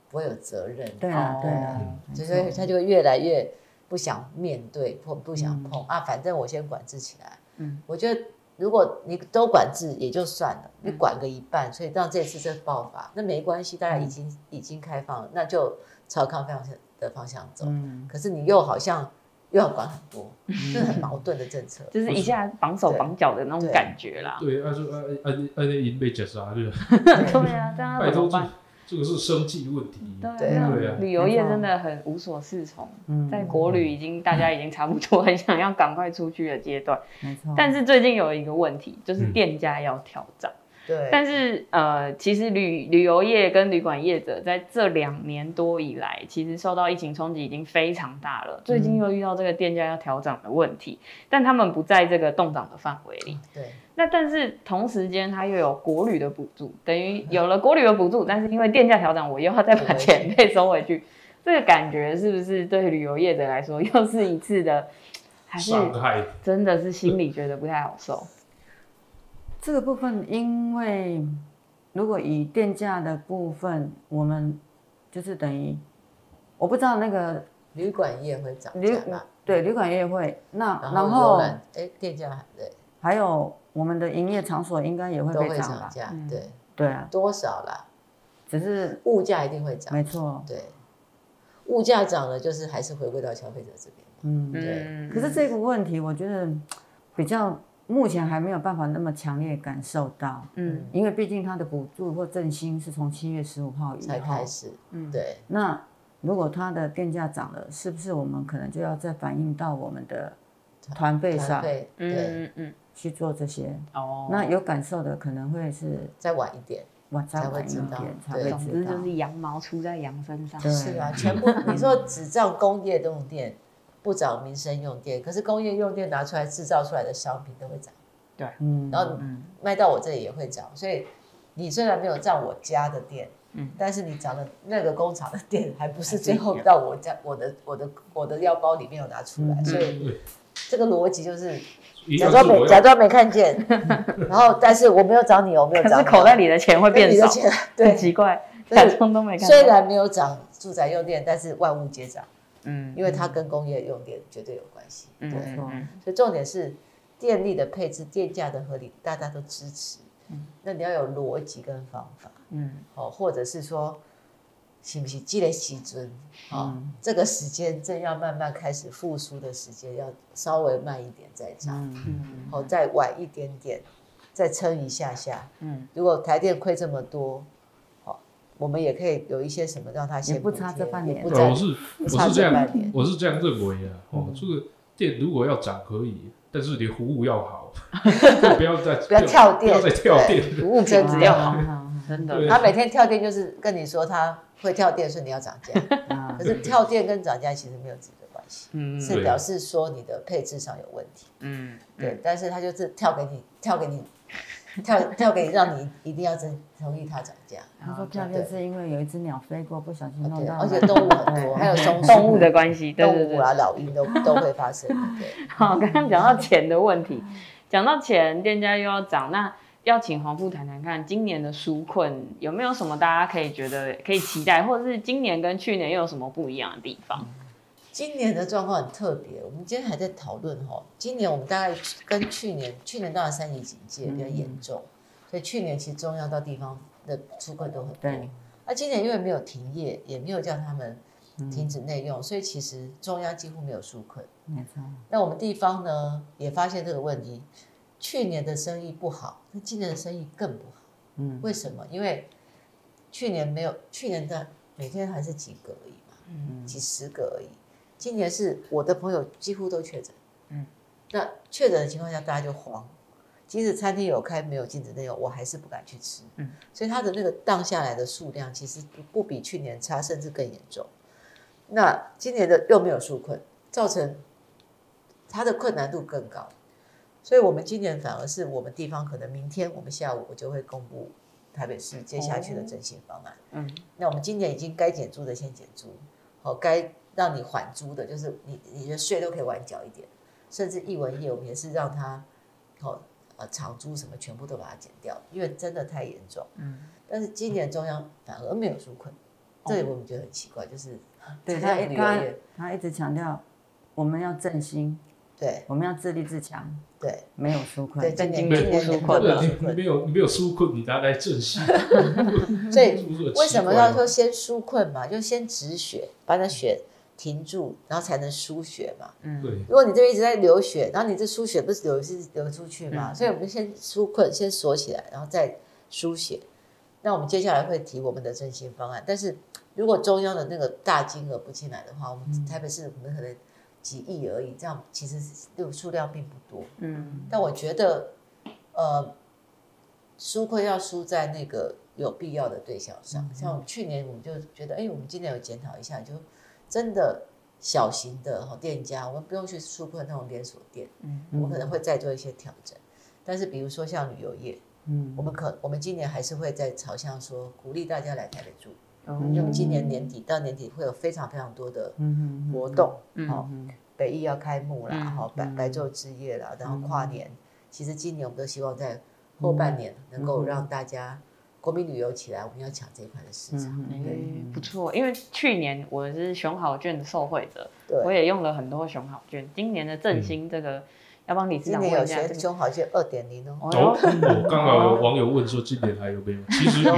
Speaker 3: 不会有责任，
Speaker 5: 对啊
Speaker 2: 哦，
Speaker 5: 对啊，没
Speaker 3: 所
Speaker 5: 错
Speaker 3: 以他就会越来越不想面对或不想碰、
Speaker 5: 嗯
Speaker 3: 啊，反正我先管制起来。
Speaker 2: 嗯，
Speaker 3: 我觉得如果你都管制也就算了，
Speaker 5: 嗯
Speaker 3: 你管个一半，所以到这次这爆发，那没关系，大家已经、
Speaker 5: 嗯
Speaker 3: 已经开放了，那就朝康方向的方向走。
Speaker 5: 嗯，
Speaker 3: 可是你又好像 [LAUGHS] 又要管很多，这是很矛盾的
Speaker 5: [LAUGHS]
Speaker 3: 政策。
Speaker 2: 就是一下绑手绑脚的那种感觉啦。
Speaker 1: 对，按说按按按那银被夹杀，对吧？
Speaker 2: [LAUGHS] 对啊，这样
Speaker 1: 拜
Speaker 2: 要怎
Speaker 1: 托
Speaker 2: 么办？，
Speaker 1: 这这个是生计问题。
Speaker 2: 对啊，
Speaker 1: 对
Speaker 2: 那
Speaker 1: 啊
Speaker 2: 旅游业真的很无所适从，
Speaker 5: 嗯
Speaker 2: 在国旅已经大家已经差不多 [LAUGHS] 很想要赶快出去的阶段，
Speaker 5: 没错。
Speaker 2: 但是最近有一个问题，就是店家要调涨。
Speaker 3: 对，
Speaker 2: 但是呃，其实旅旅游业跟旅馆业者在这两年多以来，其实受到疫情冲击已经非常大了。最近又遇到这个店家要调涨的问题，但他们不在这个动涨的范围里。
Speaker 3: 对
Speaker 2: 那但是同时间，它又有国旅的补助，等于有了国旅的补助，但是因为电价调整，我又要再把钱被收回去，这个感觉是不是对旅游业者来说又是一次的，还是
Speaker 1: 伤害
Speaker 2: 真的是心里觉得不太好受？
Speaker 5: 这个部分，因为如果以电价的部分，我们就是等于，我不知道那个
Speaker 3: 旅馆业会涨
Speaker 5: 旅
Speaker 3: 价嘛，
Speaker 5: 对旅馆业会，那
Speaker 3: 然
Speaker 5: 然
Speaker 3: 后游
Speaker 5: 后
Speaker 3: 览哎店家对
Speaker 5: 还有我们的营业场所应该也会
Speaker 3: 都
Speaker 5: 被
Speaker 3: 会
Speaker 5: 涨
Speaker 3: 涨
Speaker 5: 吧？
Speaker 3: 价，对
Speaker 5: 对啊，
Speaker 3: 多少啦？
Speaker 5: 只是
Speaker 3: 物价一定会涨，
Speaker 5: 没错，
Speaker 3: 对，物价涨了就是还是回归到消费者这边。
Speaker 5: 嗯，
Speaker 3: [LAUGHS] 对
Speaker 5: 可是这个问题，我觉得比较目前还没有办法那么强烈感受到，
Speaker 2: 嗯
Speaker 5: 因为毕竟它的补助或振兴是从七月十五号以
Speaker 3: 才
Speaker 5: 后
Speaker 3: 开。始，嗯，对，
Speaker 5: 那如果它的电价涨了，是不是我们可能就要再反映到我们的团费
Speaker 3: 团
Speaker 5: 上
Speaker 3: 费对，
Speaker 2: 嗯嗯，
Speaker 5: 去做这些？
Speaker 2: 哦，
Speaker 5: 那有感受的可能会是
Speaker 3: 再晚一点，
Speaker 5: 晚再
Speaker 3: 才会
Speaker 5: 晚一
Speaker 3: 知道
Speaker 5: 点才
Speaker 3: 对
Speaker 5: 会
Speaker 2: 总
Speaker 5: 知
Speaker 2: 之
Speaker 5: 道
Speaker 2: 就。是羊毛出在羊身上。
Speaker 5: 对
Speaker 3: 是啊，全部你说只涨工业用电，不涨民生用电，可是工业用电拿出来制造出来的商品都会涨，
Speaker 5: 嗯，
Speaker 3: 然后卖到我这里也会涨，所以你虽然没有涨我家的电，嗯，但是你涨的那个工厂的 [LAUGHS] 电还不是最后到我家我的我的我的腰包里面有拿出来，所以
Speaker 1: 对，
Speaker 3: 这个逻辑就是
Speaker 1: 一
Speaker 3: 假
Speaker 1: 样
Speaker 3: 装
Speaker 1: 是
Speaker 3: 没
Speaker 1: 我
Speaker 3: 假
Speaker 1: 要
Speaker 3: 装没看见， [LAUGHS] 然后但是我没有找你哦，我没有
Speaker 2: 可
Speaker 3: 找
Speaker 2: 是
Speaker 3: 你哦
Speaker 2: 口袋里的钱会变
Speaker 3: 你的
Speaker 2: 少，
Speaker 3: 钱
Speaker 2: 很
Speaker 3: 对，
Speaker 2: 奇怪，
Speaker 3: 但
Speaker 2: 假
Speaker 3: 是
Speaker 2: 装都没看到。
Speaker 3: [LAUGHS] 虽然没有涨住宅用电，但是万物皆涨，
Speaker 2: 嗯
Speaker 3: 因为它跟工业用电绝对有关系。
Speaker 2: 嗯
Speaker 3: 对，
Speaker 5: 没错
Speaker 2: 嗯
Speaker 3: 所以重点是电力的配置、电价的合理，大家都支持。那你要有逻辑跟方法，
Speaker 2: 嗯
Speaker 3: 哦，或者是说，是不是积累时准？哦，
Speaker 2: 嗯
Speaker 3: 这个时间正要慢慢开始复苏的时间，要稍微慢一点再涨。
Speaker 2: 嗯
Speaker 3: 哦，再晚一点点，再撑一下下。
Speaker 2: 嗯，
Speaker 3: 如果台电亏这么多，哦，我们也可以有一些什么让它先
Speaker 5: 也不差这半年
Speaker 3: 也不
Speaker 1: 对，
Speaker 3: 在
Speaker 1: 我是
Speaker 3: 不
Speaker 1: 我
Speaker 3: 差
Speaker 1: 是这
Speaker 3: 这
Speaker 1: 样
Speaker 3: 半年，
Speaker 1: 我是这样认为啊。哦，这个店如果要涨可以，但是你服务要好，不要再
Speaker 3: 不要跳
Speaker 1: 不要
Speaker 3: 电
Speaker 1: 再，跳电。
Speaker 2: 服务品质要好，真
Speaker 1: 对
Speaker 5: 嗯
Speaker 2: 的。
Speaker 3: 他每天跳电就是跟你说他会跳电，所以你要涨价。
Speaker 5: 啊
Speaker 1: [LAUGHS]
Speaker 3: 可是跳电跟涨价其实没有直接关系，
Speaker 2: 嗯
Speaker 1: 啊
Speaker 3: 是表示说你的配置上有问题。
Speaker 2: 嗯，
Speaker 3: 对，但是他就是跳给你，跳给你，跳跳给你，让你一定要真同意他涨价。
Speaker 5: 他说跳电是因为有一只鸟飞过，不小心弄
Speaker 3: 啊对，
Speaker 5: 到，
Speaker 3: 而且动物很多，还有松鼠
Speaker 2: 动物的关系，对对
Speaker 3: 动
Speaker 2: 对
Speaker 3: 物。啊、老鹰都都会发生。
Speaker 2: [LAUGHS]
Speaker 3: 对，
Speaker 2: 好，刚刚讲到钱的问题，
Speaker 3: 嗯
Speaker 2: 讲到钱，店家又要涨，那要请黄富谈谈看今年的纾困有没有什么大家可以觉得可以期待，或者是今年跟去年又有什么不一样的地方？
Speaker 3: 今年的状况很特别，我们今天还在讨论哈。今年我们大概跟去年，去年当然三级警戒比较严重，
Speaker 2: 嗯
Speaker 3: 所以去年其实中央到地方的出困都很多
Speaker 5: 对。
Speaker 3: 那今年因为没有停业，也没有叫他们停止内
Speaker 2: 嗯
Speaker 3: 用，所以其实中央几乎没有纾困。
Speaker 5: 没错，
Speaker 3: 那我们地方呢也发现这个问题，去年的生意不好，那今年的生意更不好。
Speaker 5: 嗯，
Speaker 3: 为什么？因为去年没有，去年的每天还是几个而已嘛，
Speaker 2: 嗯
Speaker 3: 几十个而已。今年是我的朋友几乎都确诊，
Speaker 2: 嗯，
Speaker 3: 那确诊的情况下大家就慌，即使餐厅有开没有禁止内容，我还是不敢去吃，
Speaker 2: 嗯，
Speaker 3: 所以它的那个荡下来的数量其实不不比去年差，甚至更严重。那今年的又没有纾困，造成它的困难度更高。所以我们今年反而是我们地方可能明天我们下午我就会公布台北市接下去
Speaker 2: 哦
Speaker 3: 的整型方案。
Speaker 2: 嗯，
Speaker 3: 那我们今年已经该减租的先减租，好、该让你缓租的，就是你你的税都可以晚缴一点，甚至艺文业我们也是让它，好、呃长租什么全部都把它减掉，因为真的太严重。
Speaker 2: 嗯，
Speaker 3: 但是今年中央反而没有纾困，这我们觉得很奇怪，就是
Speaker 5: 对
Speaker 3: 哦他
Speaker 5: 他
Speaker 3: 旅游
Speaker 5: 他
Speaker 3: 业，
Speaker 5: 他一直强调我们要振兴，
Speaker 3: 对
Speaker 5: 我们要自立自强，
Speaker 3: 对
Speaker 5: 没有纾
Speaker 3: 对，
Speaker 5: 困，
Speaker 3: 嗯今年
Speaker 1: 对
Speaker 3: 今年
Speaker 2: 对
Speaker 3: 更没有
Speaker 1: 对，
Speaker 3: 纾
Speaker 1: 你
Speaker 3: 困，
Speaker 1: 没有你没有纾困，你拿来振兴，
Speaker 3: 所以为
Speaker 1: 为
Speaker 3: 什么要说先纾困嘛？就先止血，把那血停住，然后才能输血嘛。
Speaker 1: 对？
Speaker 3: 如果你这边一直在流血，然后你这输血不是流是流出去嘛？
Speaker 2: 嗯
Speaker 3: 所以我们就先纾困，先锁起来，然后再输血。那我们接下来会提我们的振兴方案，但是如果中央的那个大金额不进来的话，我们台北市我们可能几亿而已，这样其实是这个数量并不多。
Speaker 2: 嗯
Speaker 3: 但我觉得，呃，纾困要输在那个有必要的对象上。
Speaker 2: 嗯
Speaker 3: 像我们去年我们就觉得，哎、我们今年有检讨一下，就真的小型的哈店家，我们不用去纾困那种连锁店，
Speaker 2: 嗯
Speaker 3: 我们可能会再做一些调整。但是比如说像旅游业，
Speaker 5: 嗯
Speaker 3: 我，们可我们今年还是会在朝向说鼓励大家来台北住，哦因为
Speaker 2: 嗯
Speaker 3: 我们今年年底到年底会有非常非常多的
Speaker 5: 嗯
Speaker 3: 活动。
Speaker 2: 嗯
Speaker 5: 嗯
Speaker 3: 北艺要开幕啦，
Speaker 2: 嗯
Speaker 3: 好、白白昼之夜啦，然后跨年，其实今年我们都希望
Speaker 2: 嗯
Speaker 3: 在后半年能够让大家国民旅游起来，我们要抢这一块的市场。
Speaker 5: 嗯
Speaker 2: 哎不错，因为去年我是熊好券的受惠者，我
Speaker 3: 对，
Speaker 2: 也用了很多熊好券。今年的振兴这个，要帮理事
Speaker 3: 今
Speaker 2: 长问
Speaker 3: 年有
Speaker 2: 一下
Speaker 3: 些
Speaker 2: 这个。
Speaker 3: 中好些二点零哦，
Speaker 1: 哦
Speaker 2: 哦，
Speaker 1: 我刚好有网友问说今年还有没有？其实有，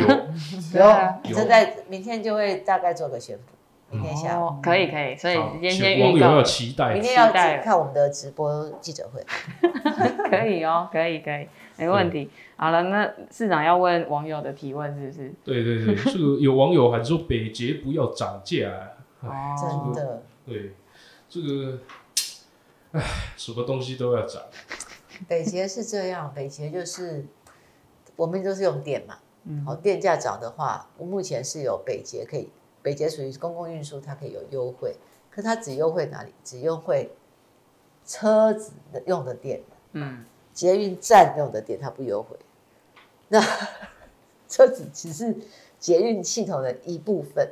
Speaker 2: 对啊
Speaker 1: 有
Speaker 3: 正在明天就会大概做个宣布，明天下午，
Speaker 2: 哦，可以可以，所以
Speaker 1: 好
Speaker 2: 今
Speaker 1: 请
Speaker 2: 天
Speaker 1: 网
Speaker 2: 预
Speaker 1: 友
Speaker 2: 告
Speaker 1: 要期待
Speaker 3: 明。天要
Speaker 2: 期待
Speaker 3: 看我们的直播记者会。
Speaker 2: 可以哦，可以可以，没问题。好了，那市长要问网友的提问是不是？
Speaker 1: 对对
Speaker 2: [LAUGHS]
Speaker 1: 对，这个有网友喊说北捷不要涨价啊，
Speaker 3: 真
Speaker 5: 哦，
Speaker 3: 的，
Speaker 1: 对，这个，唉，什么东西都要涨。
Speaker 3: [LAUGHS] 北捷是这样，北捷就是我们都是用电嘛，好、电价涨的话，目前是有北捷可以，北捷属于公共运输，它可以有优惠，可它只优惠哪里？只优惠车子的用的电，
Speaker 2: 嗯，
Speaker 3: 捷运站用的电它不优惠。那 [LAUGHS] 车子只是捷运系统的一部分，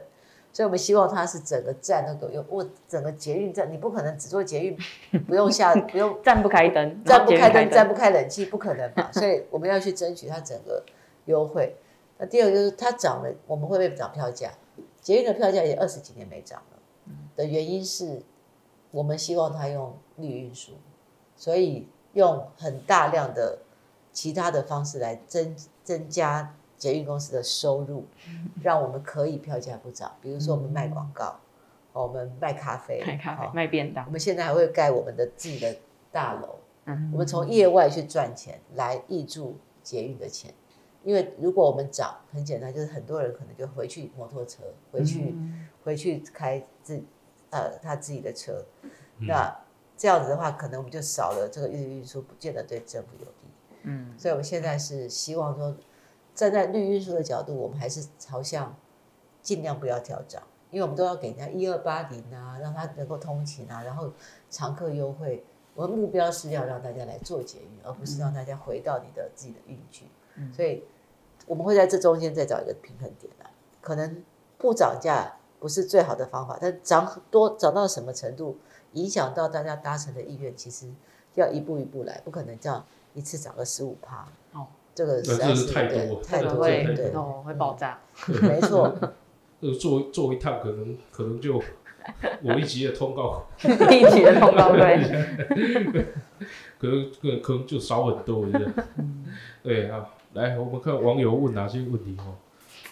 Speaker 3: 所以我们希望它是整个站都有用。我整个捷运站，你不可能只做捷运， [LAUGHS] 不用下不用
Speaker 2: 站不开灯，然
Speaker 3: 站
Speaker 2: 后
Speaker 3: 不
Speaker 2: 捷运
Speaker 3: 开灯，站
Speaker 2: 灯，
Speaker 3: 不开冷气，不可能
Speaker 2: [LAUGHS]
Speaker 3: 嘛。所以我们要去争取它整个优惠。那第二个就是它涨了，我们会不会涨票价？捷运的票价也二十几年没涨了，
Speaker 2: 嗯
Speaker 3: 的原因是我们希望它用绿运输，所以用很大量的其他的方式来增增加捷运公司的收入，
Speaker 2: 嗯
Speaker 3: 让我们可以票价不涨。比如说我们卖广告，哦我们卖咖啡，
Speaker 2: 卖咖啡
Speaker 3: 哦，
Speaker 2: 卖便当
Speaker 3: 我，们现在还会盖我们的自己的大楼，
Speaker 2: 嗯
Speaker 3: 我们从业外去赚钱来挹注捷运的钱，因为如果我们涨，很简单，就是很多人可能就回去摩托车，
Speaker 2: 嗯
Speaker 3: 回去、回去开自呃他自己的车，那这样子的话，可能我们就少了这个绿运输，不见得对政府有利。嗯，所以我们现在是希望说，站在绿运输的角度，我们还是朝向尽量不要调涨，因为我们都要给人家一二八零啊，让他能够通勤啊，然后常客优惠。我们目标是要让大家来做捷运，而不是让
Speaker 1: 嗯
Speaker 3: 大家回到你的自己的运具。所以我们会在这中间再找一个平衡点啊。可能不涨价不是最好的方法，但涨多涨到什么程度，影响到大家搭乘的意愿，其实要一步一步来，不可能这样一次涨个十五趴。
Speaker 2: 哦，
Speaker 3: 这个实
Speaker 1: 那
Speaker 3: 在
Speaker 1: 真
Speaker 3: 是
Speaker 1: 是太
Speaker 3: 对
Speaker 1: 多了
Speaker 3: 太
Speaker 1: 这
Speaker 3: 多
Speaker 1: 个
Speaker 3: 了，
Speaker 1: 会
Speaker 3: 对，
Speaker 2: 哦会爆炸。
Speaker 3: 没错。
Speaker 1: 那个做做一趟可能可能就我一集的通告，
Speaker 2: 第一集的通告会，
Speaker 1: 可能可能可能就少很多，这样。对啊，来我们看网友问哪些问题哦。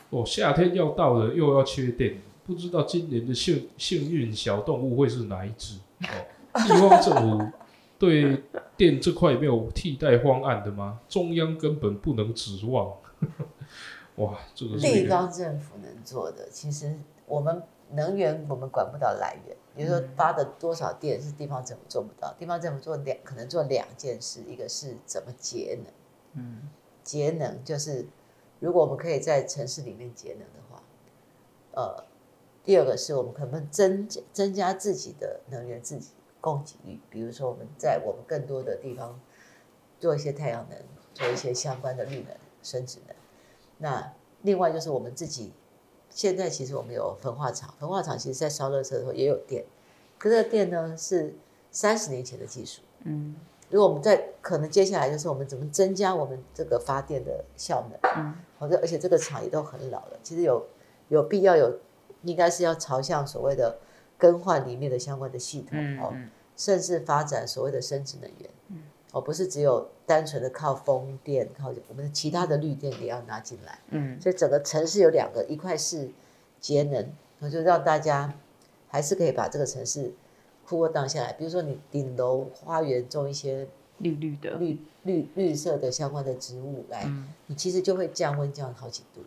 Speaker 1: 哦，夏天要到了，又要缺电，不知道今年的幸幸运小动物会是哪一只？哦，地方政府对电这块没有替代方案的吗？中央根本不能指望。 [LAUGHS] 哇，这个是一
Speaker 3: 地
Speaker 1: 个
Speaker 3: 方政府能做的，其实我们能源我们管不到来源，比如
Speaker 1: 嗯
Speaker 3: 说发的多少电是地方政府做不到，地方政府做两可能做两件事，一个是怎么节能，
Speaker 5: 嗯，
Speaker 3: 节能就是如果我们可以在城市里面节能的话，呃，第二个是我们可不可以增加增加自己的能源自己供给率，比如说我们在我们更多的地方做一些太阳能，做一些相关的绿能、生殖能。那另外就是我们自己，现在其实我们有焚化厂，焚化厂其实在烧热车的时候也有电，可这个电呢是三十年前的技术。
Speaker 2: 嗯
Speaker 3: 如果我们在可能接下来就是我们怎么增加我们这个发电的效能，
Speaker 2: 嗯，
Speaker 3: 好的，而且这个厂也都很老了，其实有有必要有，应该是要朝向所谓的更换里面的相关的系统
Speaker 2: 嗯
Speaker 3: 哦，
Speaker 2: 嗯
Speaker 3: 甚至发展所谓的生质能源，哦，不是只有单纯的靠风电，靠我们其他的绿电也要拿进来，
Speaker 2: 嗯
Speaker 3: 所以整个城市有两个，一块是节能，我就让大家还是可以把这个城市铺窝荡下来，比如说你顶楼花园种一些
Speaker 2: 绿绿的，
Speaker 3: 绿绿绿色的相关的植物来，
Speaker 2: 嗯
Speaker 3: 你其实就会降温降好几度。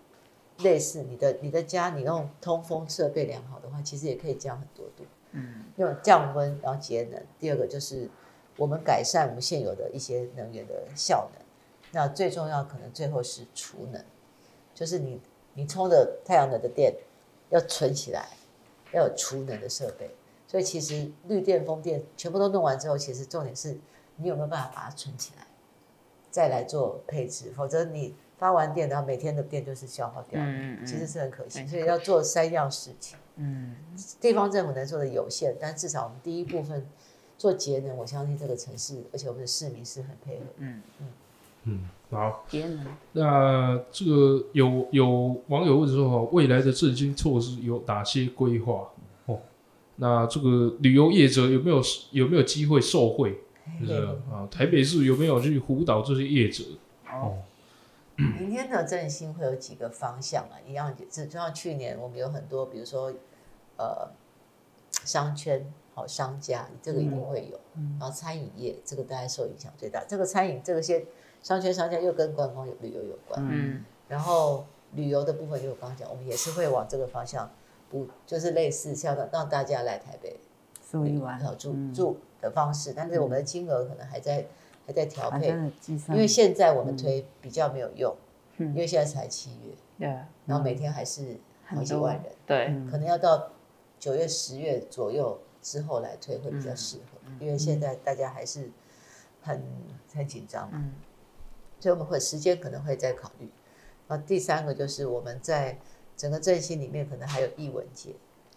Speaker 3: 类似你的你的家，你用通风设备良好的话，其实也可以降很多度。
Speaker 2: 嗯
Speaker 3: 用降温，然后节能。第二个就是我们改善我们现有的一些能源的效能。那最重要可能最后是储能，就是你你充的太阳能的电要存起来，要有储能的设备。所以其实绿电、风电全部都弄完之后，其实重点是你有没有办法把它存起来，再来做配置，否则你发完电，然后每天的电就是消耗掉，
Speaker 2: 嗯嗯，
Speaker 3: 其实是很可惜。
Speaker 2: 嗯
Speaker 3: 所以要做三样事情。
Speaker 2: 嗯
Speaker 3: 地方政府能做的有限，但至少我们第一部分做节能，我相信这个城市，而且我们的市民是很配合。
Speaker 2: 嗯
Speaker 1: 嗯好。
Speaker 2: 节能，
Speaker 1: 那这个有有网友问说，哦，未来的振兴措施有哪些规划？哦，那这个旅游业者有没有有没有机会受惠？是
Speaker 3: 嘿
Speaker 1: 吧啊，台北市有没有去辅导这些业
Speaker 3: [LAUGHS]
Speaker 1: 者？哦，
Speaker 3: 明天的振兴会有几个方向啊，一样就就像去年我们有很多，比如说呃商圈好、商家，这个一定会有，然后餐饮业这个大概受影响最大，这个餐饮这个些商圈商家又跟观光有旅游有关，
Speaker 2: 嗯
Speaker 3: 然后旅游的部分，就我刚刚讲，我们也是会往这个方向，不就是类似像让让大家来台北
Speaker 5: 所以玩
Speaker 3: 呃住住的方式，但是我们的金额可能还在还在调
Speaker 5: 还
Speaker 3: 配，
Speaker 5: 真的计算，
Speaker 3: 因为现在我们推比较没有用，
Speaker 2: 嗯
Speaker 3: 因为现在才七月，
Speaker 2: 对
Speaker 3: 然后每天还是好几万人，
Speaker 2: 对，
Speaker 3: 可能要到九月、十月左右之后来推会比较适合，因为现在大家还是很很紧张嘛，
Speaker 2: 嗯
Speaker 3: 所以我们会时间可能会再考虑。然后第三个就是我们在整个振兴里面可能还有艺文节，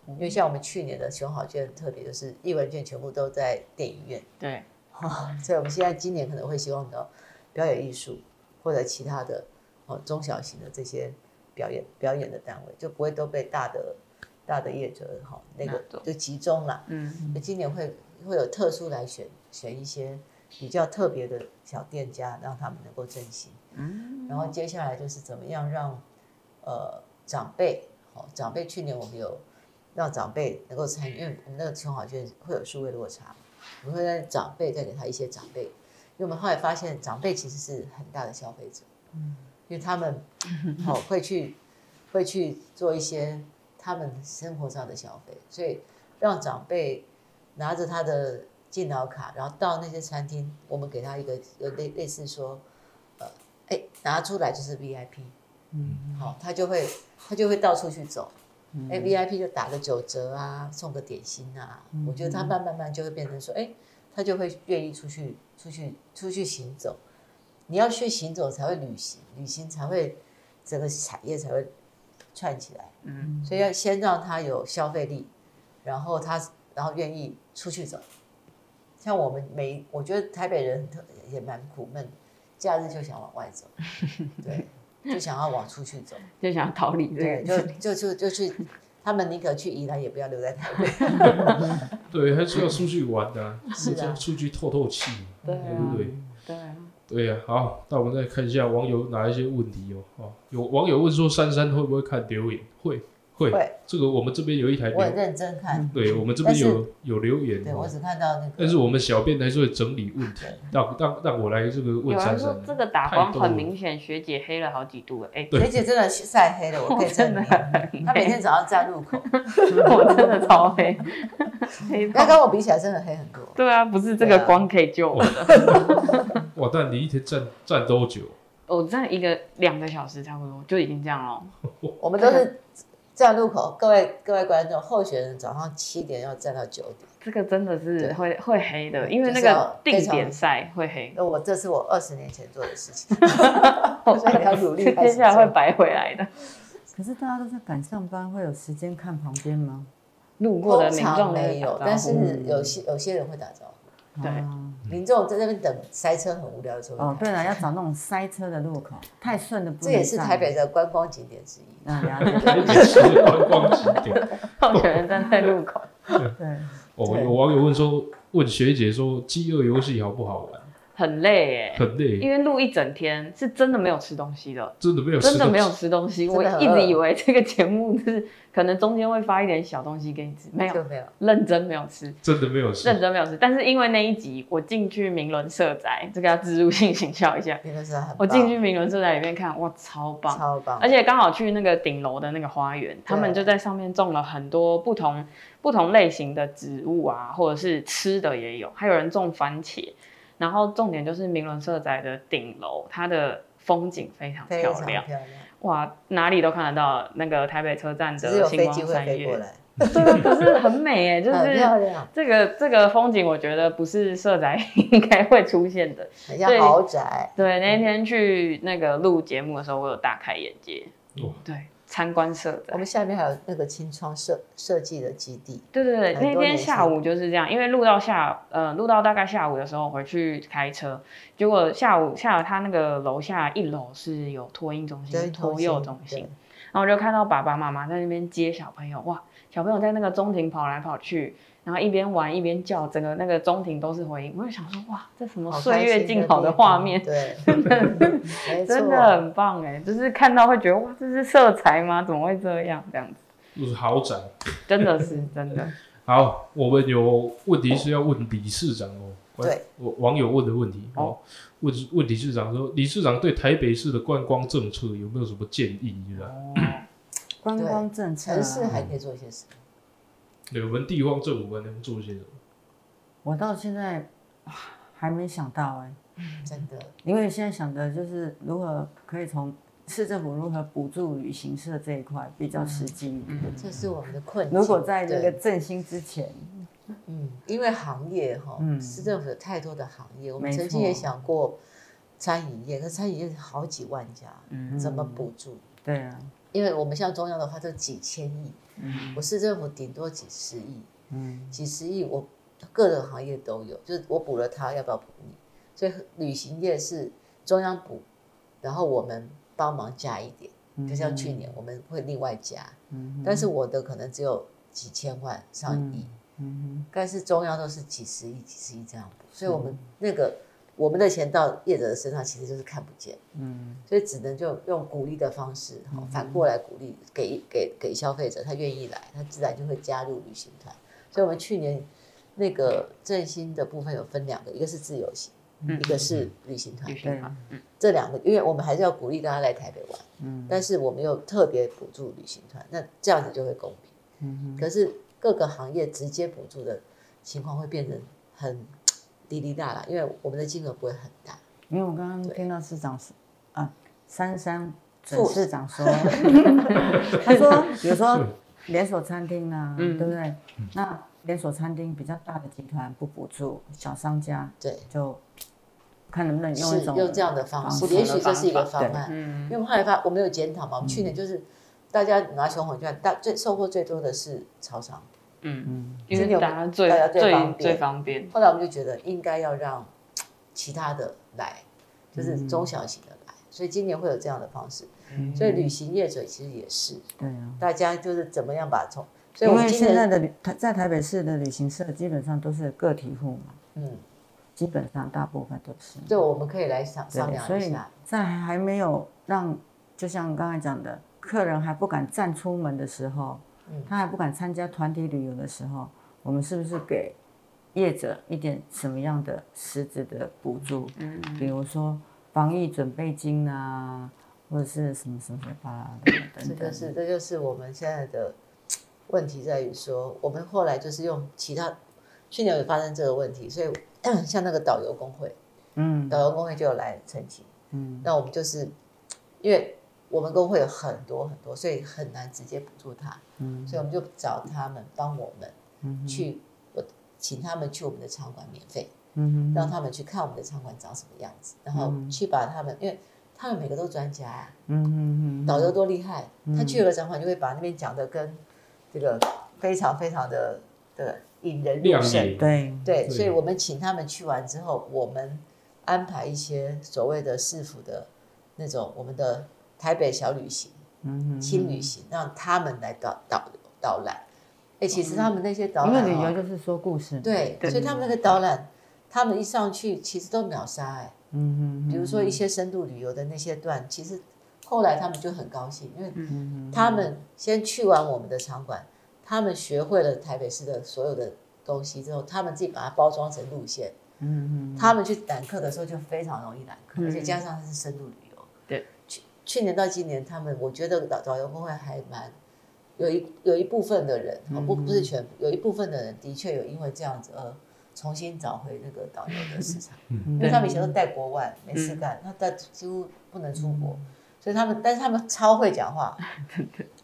Speaker 3: 因为像我们去年的熊好券特别就是艺文券全部都在电影院。
Speaker 2: 对，
Speaker 3: 所以我们现在今年可能会希望到表演艺术或者其他的哦中小型的这些表演表演的单位，就不会都被大的大的业者哈、那个
Speaker 2: 拿走
Speaker 3: 就集中了。
Speaker 2: 嗯
Speaker 3: 就今年会会有特殊来选选一些比较特别的小店家，让他们能够振兴。
Speaker 2: 嗯
Speaker 3: 然后接下来就是怎么样让呃长辈，好、长辈去年我们有让长辈能够参与，因为我们那个穷好券会有数位落差，我们会让长辈再给他一些长辈，因为我们后来发现长辈其实是很大的消费者，因为他们好、会去会去做一些他们生活上的消费，所以让长辈拿着他的进脑卡，然后到那些餐厅，我们给他一个呃类类似说，呃，哎，拿出来就是 VIP，嗯，好、他就会他就会到处去走，哎、v i p 就打个九折啊，送个点心啊，我觉得他慢慢慢就会变成说，哎，他就会愿意出去出去出去行走，你要去行走才会旅行，旅行才会整个产业才会串起来。
Speaker 2: 嗯，
Speaker 3: 所以要先让他有消费力，然后他然后愿意出去走。像我们每，我觉得台北人特也蛮苦闷，假日就想往外走，对，就想要往出去走，
Speaker 2: 就想要逃离
Speaker 3: [LAUGHS] 对，
Speaker 2: 这
Speaker 3: 就
Speaker 2: 个。
Speaker 3: 就就就去，他们宁可去宜兰，也不要留在台北。
Speaker 1: 对，还是要出去玩的、啊，
Speaker 3: 是啊
Speaker 1: 出去透透气，
Speaker 2: 对
Speaker 1: 对不
Speaker 2: 啊，
Speaker 1: 对？
Speaker 2: 对啊，
Speaker 1: 对呀、好，那我们再看一下网友哪一些问题哦。哦，有网友问说，珊珊会不会看留言？会，会。
Speaker 3: 会
Speaker 1: 这个我们这边有一台
Speaker 3: 我很
Speaker 1: 留，
Speaker 3: 认真
Speaker 2: 嗯
Speaker 3: 看，
Speaker 1: 对我们这边
Speaker 3: 但是
Speaker 1: 有有留言、
Speaker 3: 对
Speaker 1: 哦
Speaker 3: 我。只看到那
Speaker 1: 但
Speaker 3: 个，
Speaker 1: 是我们小编还是会整理问题
Speaker 3: 对，
Speaker 1: 让让让我来这个问
Speaker 2: 有
Speaker 1: 珊
Speaker 2: 人
Speaker 1: 珊
Speaker 2: 说。这个打光
Speaker 1: 太多了
Speaker 2: 很明显，学姐黑了好几度了。哎、
Speaker 1: 对
Speaker 3: 学姐真的是晒黑了，我可
Speaker 2: [LAUGHS]
Speaker 3: 以证明。她每天早上站路口，
Speaker 2: 我真的超黑，
Speaker 3: [LAUGHS]
Speaker 2: 黑
Speaker 3: 她
Speaker 2: 爆。
Speaker 3: 跟我比起来真的黑很多。
Speaker 2: 对啊，不是这个光可以救我的。
Speaker 1: 哇，但你一天站站多久？
Speaker 2: 我站一个两个小时差不多就已经这样了。
Speaker 3: 我们都是站路口，各位各位观众，候选人早上七点要站到九点。
Speaker 2: 这个真的是
Speaker 3: 对
Speaker 2: 会会黑的，因为那
Speaker 3: 就是要
Speaker 2: 个定点赛会
Speaker 3: [LAUGHS]
Speaker 2: 黑，
Speaker 3: 那我这是我二十年前做的事情，所以你要努力开
Speaker 2: 接
Speaker 3: 始
Speaker 2: 下来会
Speaker 3: 做。
Speaker 2: 白回来
Speaker 3: [LAUGHS]
Speaker 2: 的。
Speaker 5: 可是大家都在赶上班，会有时间看旁边吗？
Speaker 2: 路过的
Speaker 3: 通
Speaker 2: 民
Speaker 3: 常
Speaker 2: 众
Speaker 3: 没有，但
Speaker 2: 嗯
Speaker 3: 是有些有些人会打招呼。
Speaker 2: 对
Speaker 5: 啊
Speaker 1: 嗯
Speaker 3: 民众在那边等塞车很无聊的时候
Speaker 5: 哦，，对了，要找那种塞车的路口，太顺的不
Speaker 3: 这
Speaker 5: 能
Speaker 3: 也是
Speaker 5: 上
Speaker 3: 台北的观光景点之一。
Speaker 5: 嗯，了解
Speaker 1: 一直吃观光景
Speaker 2: [LAUGHS]
Speaker 1: 点。
Speaker 2: 候选人站在路口，
Speaker 3: [LAUGHS]
Speaker 5: 对，
Speaker 1: 哦，
Speaker 3: 对
Speaker 1: 有网友问说，问学姐说，饥饿游戏好不好玩？
Speaker 2: 很累耶，
Speaker 1: 很累，
Speaker 2: 因为录一整天是真的没有吃东西的，
Speaker 1: 真的没有吃
Speaker 2: 真的
Speaker 1: 东
Speaker 2: 没有
Speaker 1: 西
Speaker 2: 吃东西。
Speaker 3: 真
Speaker 2: 我
Speaker 3: 的很
Speaker 2: 一
Speaker 3: 饿
Speaker 2: 直以为这个节目是可能中间会发一点小东西给你吃，没有
Speaker 3: 就，没有，
Speaker 2: 认真没有吃。
Speaker 1: 真的没有吃
Speaker 2: 认。真没有吃，但是因为那一集我进去名伦社宅，这个要植入性行销一下。
Speaker 3: 评论是很棒
Speaker 2: 我进去名伦社宅里面看，哇，超棒！
Speaker 3: 嗯超棒，
Speaker 2: 而且刚好去那个顶楼的那个花园，他们就在上面种了很多不同不同类型的植物啊，或者是吃的也有，还有人种番茄。然后重点就是明伦社宅的顶楼，它的风景非常
Speaker 3: 非
Speaker 2: 漂
Speaker 3: 常漂
Speaker 2: 亮
Speaker 3: 亮，，
Speaker 2: 哇，哪里都看得到那个台北车站
Speaker 3: 只是有
Speaker 2: 的星
Speaker 3: 飞
Speaker 2: 光
Speaker 3: 机会
Speaker 2: 三
Speaker 3: 飞过
Speaker 2: 月， [LAUGHS]
Speaker 3: 来，嗯
Speaker 2: 对啊，可是很美
Speaker 3: [LAUGHS]
Speaker 2: 哎，就
Speaker 3: 很漂
Speaker 2: 是
Speaker 3: 亮，
Speaker 2: 这个这个风景，我觉得不是社宅 [LAUGHS] 应该会出现的。
Speaker 3: 很像豪宅。
Speaker 2: 对，那天去那个录节目的时候，我有大开眼界
Speaker 1: 哇，
Speaker 2: 对，参观社宅
Speaker 3: 我。们下面还有那个青创设设计的基地，
Speaker 2: 对对对，
Speaker 3: 很
Speaker 2: 那
Speaker 3: 多
Speaker 2: 天
Speaker 3: 年
Speaker 2: 下
Speaker 3: 前
Speaker 2: 午就是这样，因为录到下呃录到大概下午的时候回去开车，结果下午下午他那个楼下一楼是有托婴中
Speaker 3: 对
Speaker 2: 心、托幼嗯中心，
Speaker 3: 对
Speaker 2: 然后就看到爸爸妈妈在那边接小朋友，哇，小朋友在那个中庭跑来跑去，然后一边玩一边叫，整个那个中庭都是回音，我就想说哇，这什么
Speaker 3: 好
Speaker 2: 岁
Speaker 3: 开
Speaker 2: 月
Speaker 3: 心
Speaker 2: 静
Speaker 3: 的
Speaker 2: 好的
Speaker 3: 地
Speaker 2: 画
Speaker 3: 方
Speaker 2: 面， [LAUGHS]
Speaker 3: 对，没错
Speaker 2: 真的很棒哎，就是看到会觉得哇，这是色彩吗？怎么会这样？这样子，
Speaker 1: 就是豪宅。
Speaker 2: 真的是真的，
Speaker 1: 好，我们有问题是要问理事长哦。
Speaker 3: 对，
Speaker 1: 我网友问的问题
Speaker 2: 哦
Speaker 1: 哦，问问理事长说，理事长对台北市的观光政策有没有什么建议啊？
Speaker 2: 哦
Speaker 5: 观光政策啊
Speaker 3: 城市还可以做一些什么？
Speaker 1: 对，我们地方政府还能做些什么？
Speaker 5: 我到现在啊还没想到哎、
Speaker 3: 真的，
Speaker 5: 因为现在想的就是如何可以从市政府如何补助旅行社这一块比较实际。
Speaker 2: 嗯，
Speaker 3: 这是我们的困境。
Speaker 5: 如果在那个
Speaker 3: 对
Speaker 5: 振兴之前，
Speaker 3: 嗯，因为行业哈，
Speaker 5: 嗯
Speaker 3: 市政府有太多的行业，我们
Speaker 5: 没
Speaker 3: 曾经
Speaker 5: 错
Speaker 3: 也想过餐饮业，可餐饮业好几万家，怎么补助？
Speaker 5: 对啊，
Speaker 3: 因为我们像中央的话，都几千亿，我市政府顶多几十亿，
Speaker 5: 嗯，
Speaker 3: 几十亿我各个行业都有，就是我补了他，要不要补你？所以旅行业是中央补，然后我们帮忙加一点，就像去
Speaker 5: 嗯
Speaker 3: 年我们会另外加，但是我的可能只有几千万上亿，
Speaker 5: 嗯
Speaker 3: 但是中央都是几十亿、几十亿这样补，所以我们那个我们的钱到业者的身上其实就是看不见，嗯，所以只能就用鼓励的方式，
Speaker 5: 嗯
Speaker 3: 哈，反过来鼓励给给给消费者，他愿意来，他自然就会加入旅行团。所以我们去年那个振兴的部分有分两个，一个是自由行，
Speaker 5: 嗯
Speaker 3: 一个是旅行团
Speaker 2: 旅。行
Speaker 5: 对
Speaker 2: 团，嗯。
Speaker 3: 这两个，因为我们还是要鼓励大家来台北玩，但是我们又特别补助旅行团，那这
Speaker 5: 嗯
Speaker 3: 样子就会公平。可是各个行业直接补助的情况会变成很滴滴答答，因为我们的金额不会很大。
Speaker 5: 因为我刚刚听到市长说，啊，珊珊
Speaker 3: 副
Speaker 5: 副市长说，他说，比如
Speaker 2: 啊
Speaker 5: 说连锁餐厅啊，
Speaker 2: 嗯
Speaker 5: 对不对？那连锁餐厅比较大的集团不补助，小商家
Speaker 3: 对，
Speaker 5: 就看能不能用
Speaker 3: 是
Speaker 5: 一种
Speaker 3: 用这样的方式，
Speaker 5: 方式
Speaker 3: 也许这是一个方
Speaker 5: 对
Speaker 3: 案。因
Speaker 2: 嗯
Speaker 3: 为我们后来发，我们有检讨嘛，我们
Speaker 5: 嗯
Speaker 3: 去年就是大家拿熊红券，大最收获最多的是超商。
Speaker 2: 嗯，
Speaker 5: 嗯，
Speaker 2: 因为大家最
Speaker 3: 大家最方
Speaker 2: 最
Speaker 3: 便
Speaker 2: 最方便，
Speaker 3: 后来我们就觉得应该要让其他的来，
Speaker 5: 嗯
Speaker 3: 就是中小型的来，所以今年会有这样的方式。所以旅行业者其实也是，
Speaker 5: 对啊。
Speaker 3: 大家就是怎么样把从，所以
Speaker 5: 因
Speaker 3: 我们
Speaker 5: 为
Speaker 3: 今
Speaker 5: 现在
Speaker 3: 年
Speaker 5: 的旅台在台北市的旅行社基本上都是个体户嘛，
Speaker 3: 嗯，
Speaker 5: 基本上大部分都是。
Speaker 3: 对，我们可以来商商
Speaker 5: 对，所
Speaker 3: 量一
Speaker 5: 以
Speaker 3: 下，
Speaker 5: 在还没有让，就像刚才讲的，客人还不敢站出门的时候，
Speaker 3: 嗯
Speaker 5: 他还不敢参加团体旅游的时候，我们是不是给业者一点什么样的实质的补助？
Speaker 2: 嗯，
Speaker 5: 比如说防疫准备金啊，或者是什么什么什么巴拉的
Speaker 3: 这
Speaker 5: 等等。
Speaker 3: 就是这就是我们现在的问题在于说，我们后来就是用其他，去年有发生这个问题，所以 [CLEARS THROAT] 像那个导游工会，
Speaker 5: 嗯
Speaker 3: 导游工会就有来澄清。
Speaker 5: 嗯
Speaker 3: 那我们就是因为我们工会有很多很多，所以很难直接补助他，
Speaker 5: 嗯
Speaker 3: 所以我们就找他们帮我们
Speaker 5: 嗯哼
Speaker 3: 去，我请他们去我们的场馆免费，
Speaker 5: 嗯
Speaker 3: 让
Speaker 5: 哼
Speaker 3: 他们去看我们的场馆长什么样子，然后去把他们，因为他们每个都专家啊，
Speaker 5: 嗯哼嗯
Speaker 3: 导游
Speaker 5: 哼
Speaker 3: 多厉害，他去了场馆就会把那边讲的跟这个非常非常的的引人入
Speaker 1: 亮
Speaker 3: 胜
Speaker 1: 眼，
Speaker 5: 对
Speaker 3: 对，
Speaker 1: 对
Speaker 3: 所以我们请他们去完之后，我们安排一些所谓的市府的那种我们的台北小旅行、
Speaker 5: 嗯哼
Speaker 3: 轻旅行，让他们来导导导览。哎、其实他们那些导
Speaker 5: 哦因为
Speaker 3: 览、
Speaker 5: 旅游
Speaker 3: 哦，
Speaker 5: 就是说故事，，
Speaker 3: 对，
Speaker 2: 对
Speaker 3: 所以他们那个导览，他们一上去其实都秒杀哎、
Speaker 5: 嗯哼嗯
Speaker 3: 比如说一些深度旅游的那些段，其实后来他们就很高兴，因为
Speaker 5: 嗯
Speaker 3: 他们先去完我们的场馆，他们学会了台北市的所有的东西之后，他们自己把它包装成路线。
Speaker 5: 哼嗯
Speaker 3: 他们去揽客的时候就非常容易揽客，
Speaker 2: 嗯
Speaker 3: 而且加上它是深度旅游。
Speaker 2: 对，
Speaker 3: 去去年到今年，他们我觉得导导游工会还蛮有一有一部分的人，哦不不
Speaker 2: 嗯
Speaker 3: 是全部，有一部分的人的确有因为这样子而重新找回那个导游的市
Speaker 2: 嗯
Speaker 3: 场， [LAUGHS] 因为他们以前都带国外没事干，他带几乎不能出国，所以他们但是他们超会讲
Speaker 2: [LAUGHS]
Speaker 3: 话，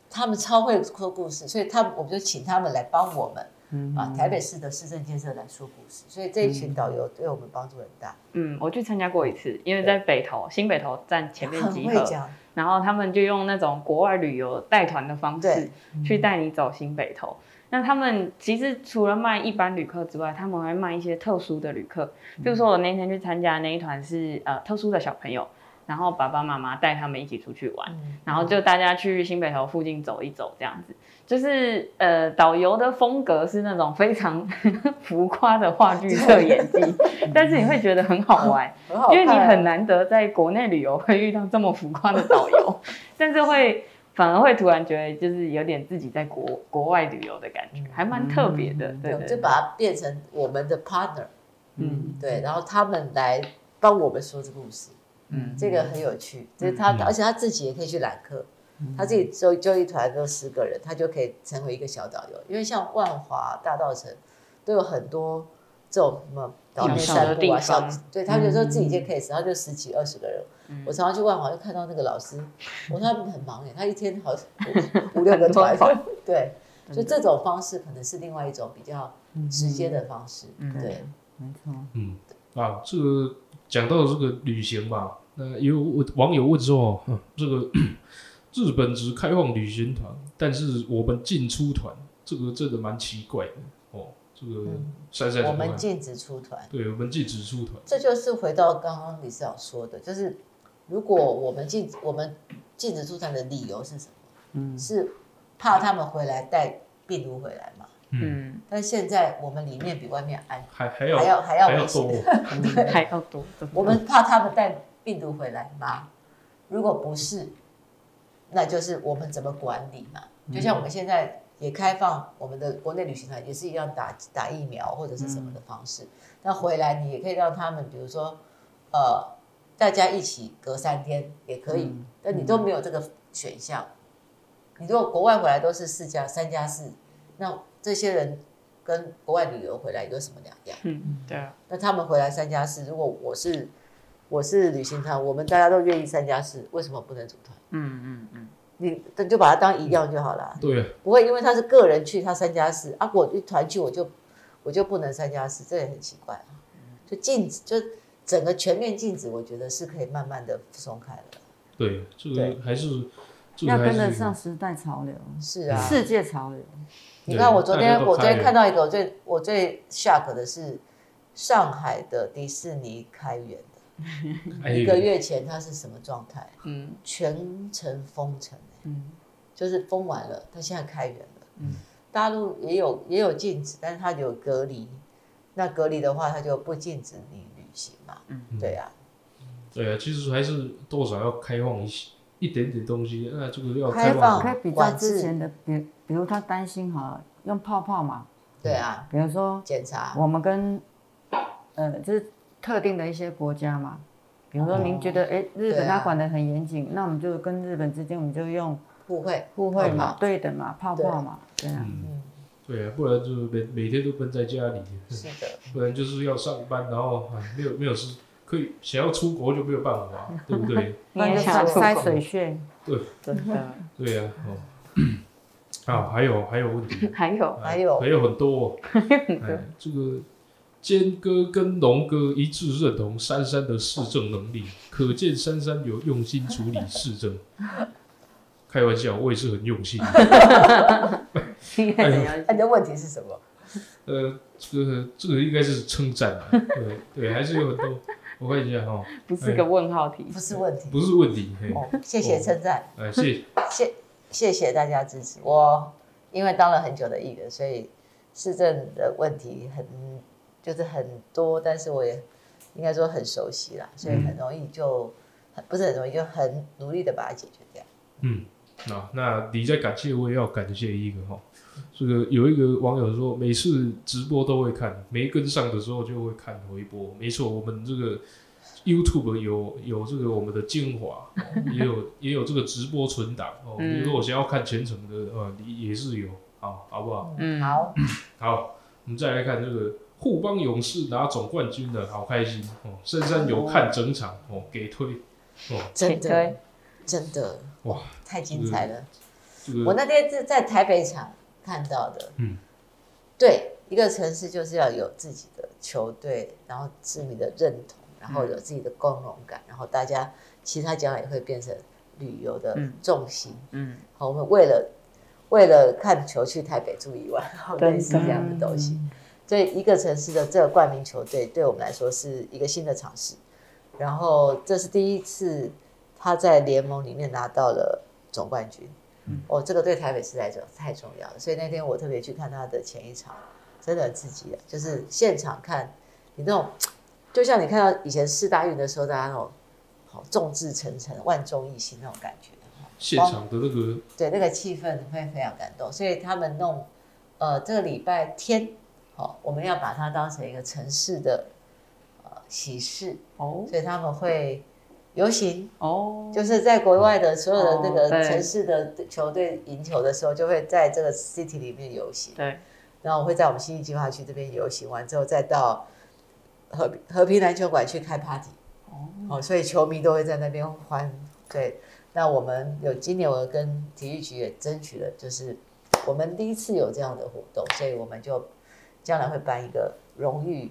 Speaker 3: 他们超会说故事，所以他们我们就请他们来帮我们。
Speaker 5: 嗯
Speaker 3: 啊，台北市的市政建设来说故事，所以这一群导游对我们帮助很大，
Speaker 2: 嗯，我去参加过一次，因为在北投新北投站前面
Speaker 3: 很
Speaker 2: 集
Speaker 3: 会
Speaker 2: 合，
Speaker 3: 讲，
Speaker 2: 然后他们就用那种国外旅游带团的方
Speaker 3: 对
Speaker 2: 式去带你走新北投。那他们其实除了卖一般旅客之外，他们还卖一些特殊的旅客，
Speaker 3: 嗯
Speaker 2: 比如说我那天去参加那一团是呃特殊的小朋友，然后爸爸妈妈带他们一起出去玩，
Speaker 3: 嗯
Speaker 2: 然后就大家去新北头附近走一走，这样子。就是呃，导游的风格是那种非常 [LAUGHS] 浮夸的话剧社演
Speaker 3: [LAUGHS]
Speaker 2: 技，但是你会觉得很好玩，
Speaker 3: 很好看
Speaker 2: 因
Speaker 3: 啊，
Speaker 2: 为你很难得在国内旅游会遇到这么浮夸的导
Speaker 3: [LAUGHS]
Speaker 2: 游，但是会反而会突然觉得就是有点自己在国国外旅游的感觉，还蛮特别的。对
Speaker 3: 对，
Speaker 2: 对
Speaker 3: 就
Speaker 2: 对
Speaker 3: 把它变成我们的 partner，
Speaker 2: 嗯
Speaker 3: 对，然后他们来帮我们说这故事，
Speaker 2: 嗯嗯
Speaker 3: 这个很有趣，就是他，
Speaker 1: 嗯
Speaker 3: 而且他自己也可以去揽客，他自己就就一团都十个人，他就可以成为一个小导游，因为像万华、大道城都有很多这种什么岛边
Speaker 2: 小
Speaker 3: 散
Speaker 2: 的
Speaker 3: 步啊，
Speaker 2: 地
Speaker 3: 小
Speaker 2: 方嗯
Speaker 3: 对他有时候自己就可以，然后就十几二十个人。我常常去万华，就看到那个老师，我说他们很忙耶，欸他一天
Speaker 2: [LAUGHS]
Speaker 3: 好像五五六个团
Speaker 2: 很多团，
Speaker 3: 对，所以这种方式可能是另外一种比较直接的方式，对，
Speaker 5: 没错，
Speaker 1: 嗯啊，这个讲到这个旅行嘛，那也有问网友问说，嗯这个 [COUGHS] 日本只开放旅行团，但是我们进出团，这个真的蛮奇怪的哦。这个
Speaker 3: 嗯
Speaker 1: 珊珊
Speaker 3: 我
Speaker 1: 怎么
Speaker 3: 们
Speaker 1: 看？
Speaker 3: 禁止出团。
Speaker 1: 对，我们禁止出团。
Speaker 3: 这就是回到刚刚李市长说的，就是如果我们禁我们禁止出团的理由是什么？
Speaker 5: 嗯
Speaker 3: 是怕他们回来带病毒回来嘛？
Speaker 2: 嗯，
Speaker 3: 但现在我们里面比外面安，
Speaker 1: 还还要
Speaker 3: 还要还要
Speaker 1: 还要
Speaker 3: 危
Speaker 1: 多
Speaker 3: 险。
Speaker 2: 嗯还要多。真的
Speaker 3: 我们怕他们带病毒回来吗？如果不是，那就是我们怎么管理嘛？就像我们现在也开放我们的国内旅行团，也是一样打打疫苗或者是什么的方式。那回来你也可以让他们，比如说，呃，大家一起隔三天也可以，但你都没有这个选项。你如果国外回来都是四加三加四，那这些人跟国外旅游回来有什么两样？
Speaker 2: 嗯，对啊，
Speaker 3: 那他们回来三加四，如果我是我是旅行团，我们大家都愿意三加四，为什么不能组团？
Speaker 2: 嗯嗯嗯，
Speaker 3: 你你就把它当一样就好了，
Speaker 1: [LAUGHS] 对啊，
Speaker 3: 不会因为他是个人去，他三加四啊，我一团去我就我就不能三加四，这也很奇怪啊。就禁止，就整个全面禁止，我觉得是可以慢慢的松开了。
Speaker 1: 对，这个
Speaker 3: 对
Speaker 1: 还是这个
Speaker 5: 要
Speaker 1: 还
Speaker 5: 跟
Speaker 1: 是
Speaker 5: 得上时代潮流，
Speaker 3: 是啊，
Speaker 5: 世界潮流。
Speaker 3: 你看我昨
Speaker 1: 嗯大家
Speaker 3: 天，
Speaker 1: 都
Speaker 3: 我昨
Speaker 1: 开
Speaker 3: 天
Speaker 1: 了
Speaker 3: 看到一个我最我最 shock 的是，上海的迪士尼开园的
Speaker 1: 哎
Speaker 3: 一个月前，它是什么状态？
Speaker 2: 嗯
Speaker 3: 全城封城、欸，
Speaker 2: 嗯
Speaker 3: 就是封完了，它现在开园了。
Speaker 2: 嗯
Speaker 3: 大陆也有也有禁止，但是它有隔离。那隔离的话，它就不禁止你旅行嘛。
Speaker 2: 嗯
Speaker 3: 对啊，
Speaker 1: 对啊，其实还是多少要开放一些一点点东西，那这个要
Speaker 3: 开
Speaker 1: 放
Speaker 3: 放
Speaker 1: 什
Speaker 5: 可
Speaker 1: 么
Speaker 5: 以比较
Speaker 3: 管制
Speaker 5: 之前的，比比如他担心哈，用泡泡嘛，
Speaker 3: 对啊，
Speaker 5: 比如说
Speaker 3: 检查。
Speaker 5: 我们跟呃，就是特定的一些国家嘛，比如说您觉得哎、诶日本
Speaker 3: 对啊
Speaker 5: 它管得很严谨，那我们就跟日本之间我们就用
Speaker 3: 不会，
Speaker 5: 互惠
Speaker 3: 泡
Speaker 5: 嘛
Speaker 3: 泡、
Speaker 5: 对等嘛、泡泡嘛，对啊，
Speaker 1: 嗯，
Speaker 3: 嗯，
Speaker 1: 对啊，不然就是每每天都闷在家里，
Speaker 3: 是的，
Speaker 1: 不然就是要上班，然后哎没有没有事，可以想要出国就没有办法
Speaker 3: [LAUGHS]
Speaker 1: 啊，对不对？
Speaker 5: 不然
Speaker 2: 你
Speaker 5: 就
Speaker 2: 也想
Speaker 5: 塞
Speaker 2: 出国
Speaker 5: 塞水穴，
Speaker 2: 真
Speaker 3: [LAUGHS]
Speaker 2: 的，
Speaker 1: 对呀、啊，哦，啊，还有还有问题，
Speaker 2: 还有
Speaker 3: [LAUGHS] 还有
Speaker 1: 还有很
Speaker 3: [LAUGHS]
Speaker 1: 多、哦，哎，这个坚哥跟龙哥一致认同珊珊的市政能力，可见珊珊有用心处理市
Speaker 3: [LAUGHS]
Speaker 1: 政。开玩笑，我也是很用心。哎呦
Speaker 3: [LAUGHS] 那你的问题是什么？
Speaker 1: 呃，这个这个应该是称赞啊，对对，还是有很多。我看一下哈、哦，
Speaker 2: 不是个问号题，
Speaker 3: 不是问题。
Speaker 1: 不是问题，嘿，
Speaker 3: 哦，谢谢称赞。
Speaker 1: 哎，谢
Speaker 3: 谢谢谢大家支持我，因为当了很久的议员，所以市政的问题很就是很多，但是我也应该说很熟悉啦，所以很容易就很不是很容易，就很努力的把它解决掉。
Speaker 1: 嗯，啊，那你在感谢，我也要感谢一个哈。这个有一个网友说，每次直播都会看，没跟上的时候就会看回播。没错，我们这个 YouTube 有有这个我们的精华，哦也
Speaker 3: [LAUGHS]
Speaker 1: 有也有这个直播存档哦。
Speaker 2: 嗯
Speaker 1: 你如果想要看全程的，呃，也也是有，好，好不好？
Speaker 2: 嗯
Speaker 3: 好，
Speaker 1: 好，我们再来看这个互帮勇士拿总冠军的，好开心哦！深深有看整场哦，给推哦，
Speaker 3: 真的
Speaker 2: 对，
Speaker 3: 真的
Speaker 1: 哇，
Speaker 3: 太精彩了！
Speaker 1: 这个
Speaker 3: 我那天是在台北场看到的，
Speaker 1: 嗯，
Speaker 3: 对，一个城市就是要有自己的球队，然后市民的认同，然后有自己的光荣感，然后大家其他将来也会变成旅游的
Speaker 2: 嗯
Speaker 3: 重心。
Speaker 2: 嗯，
Speaker 3: 好，我们为了为了看球去台北住一晚，然后
Speaker 2: 真
Speaker 3: 类似这样的东西。所以一个城市的这个冠名球队，对我们来说是一个新的尝试。然后这是第一次他在联盟里面拿到了总冠军，哦，这个对台北市来讲太重要了。所以那天我特别去看他的前一场，真的很刺激啊！就是现场看，你那种就像你看到以前四大运的时候，大家那种好众志成城、万众一心那种感觉。
Speaker 1: 现场的那个
Speaker 3: 对，那个气氛会非常感动，所以他们弄，呃，这个礼拜天，哦，我们要把它当成一个城市的呃喜事，
Speaker 2: 哦
Speaker 3: 所以他们会游行，
Speaker 2: 哦，
Speaker 3: 就是在国外的所有的那
Speaker 2: 哦对
Speaker 3: 个城市的球队赢球的时候，就会在这个 city 里面游行，
Speaker 2: 对，
Speaker 3: 然后我会在我们新义计划区这边游行完之后，再到和和平篮球馆去开 party。
Speaker 2: 哦，
Speaker 3: 哦，所以球迷都会在那边欢。对，那我们有今年我跟体育局也争取了，就是我们第一次有这样的活动，所以我们就将来会办一个荣誉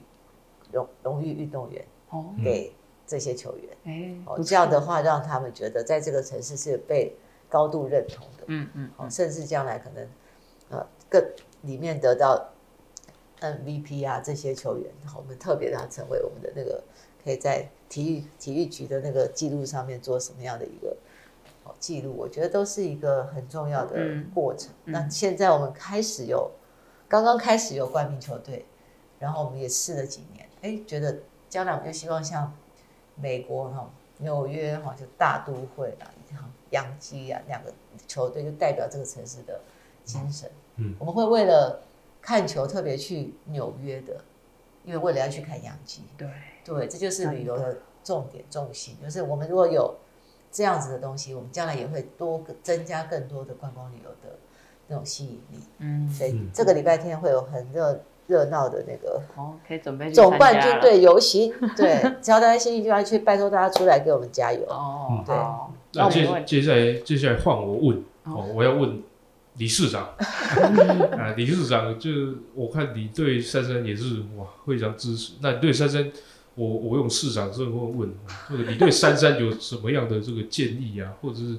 Speaker 3: 荣荣誉运动员
Speaker 2: 哦，
Speaker 3: 给这些球员。
Speaker 2: 哎，
Speaker 3: 哦，这样的话让他们觉得在这个城市是被高度认同的。
Speaker 2: 嗯嗯
Speaker 3: 哦，甚至将来可能呃更里面得到 MVP 啊这些球员，好，我们特别让他成为我们的那个可以在体育体育局的那个记录上面做什么样的一个哦记录，我觉得都是一个很重要的
Speaker 2: 嗯
Speaker 3: 过程。
Speaker 2: 嗯
Speaker 3: 那现在我们开始有刚刚开始有冠名球队，然后我们也试了几年，哎，觉得将来我们就希望像美国哈、纽约哈、就大都会啊，洋基啊两个球队就代表这个城市的精神。
Speaker 1: 嗯
Speaker 3: 我们会为了看球特别去纽约的，因为为了要去看洋基。
Speaker 2: 对，
Speaker 3: 对，这就是旅游的重点重心，就是我们如果有这样子的东西，我们将来也会多增加更多的观光旅游的那种吸引力。
Speaker 2: 嗯，
Speaker 3: 所以
Speaker 1: 嗯
Speaker 3: 这个礼拜天会有很热热闹的那个
Speaker 2: 哦，可以准备去
Speaker 3: 总冠
Speaker 2: 参加
Speaker 3: 军
Speaker 2: 了
Speaker 3: 队游行，对，只要大家心情地方去，拜托大家出来给我们加油。
Speaker 2: 哦，
Speaker 3: 嗯对
Speaker 2: 好，
Speaker 1: 那
Speaker 2: 那我们
Speaker 1: 接
Speaker 2: 问
Speaker 1: 接下来接下来换我问
Speaker 2: 好
Speaker 1: 哦，我要问理事
Speaker 2: [LAUGHS]
Speaker 1: 长啊，理事长，就是我看你对珊珊也是哇非常支持。那你对珊珊，我我用市长身份问，或者你对珊珊有什么样的这个建议啊，或者是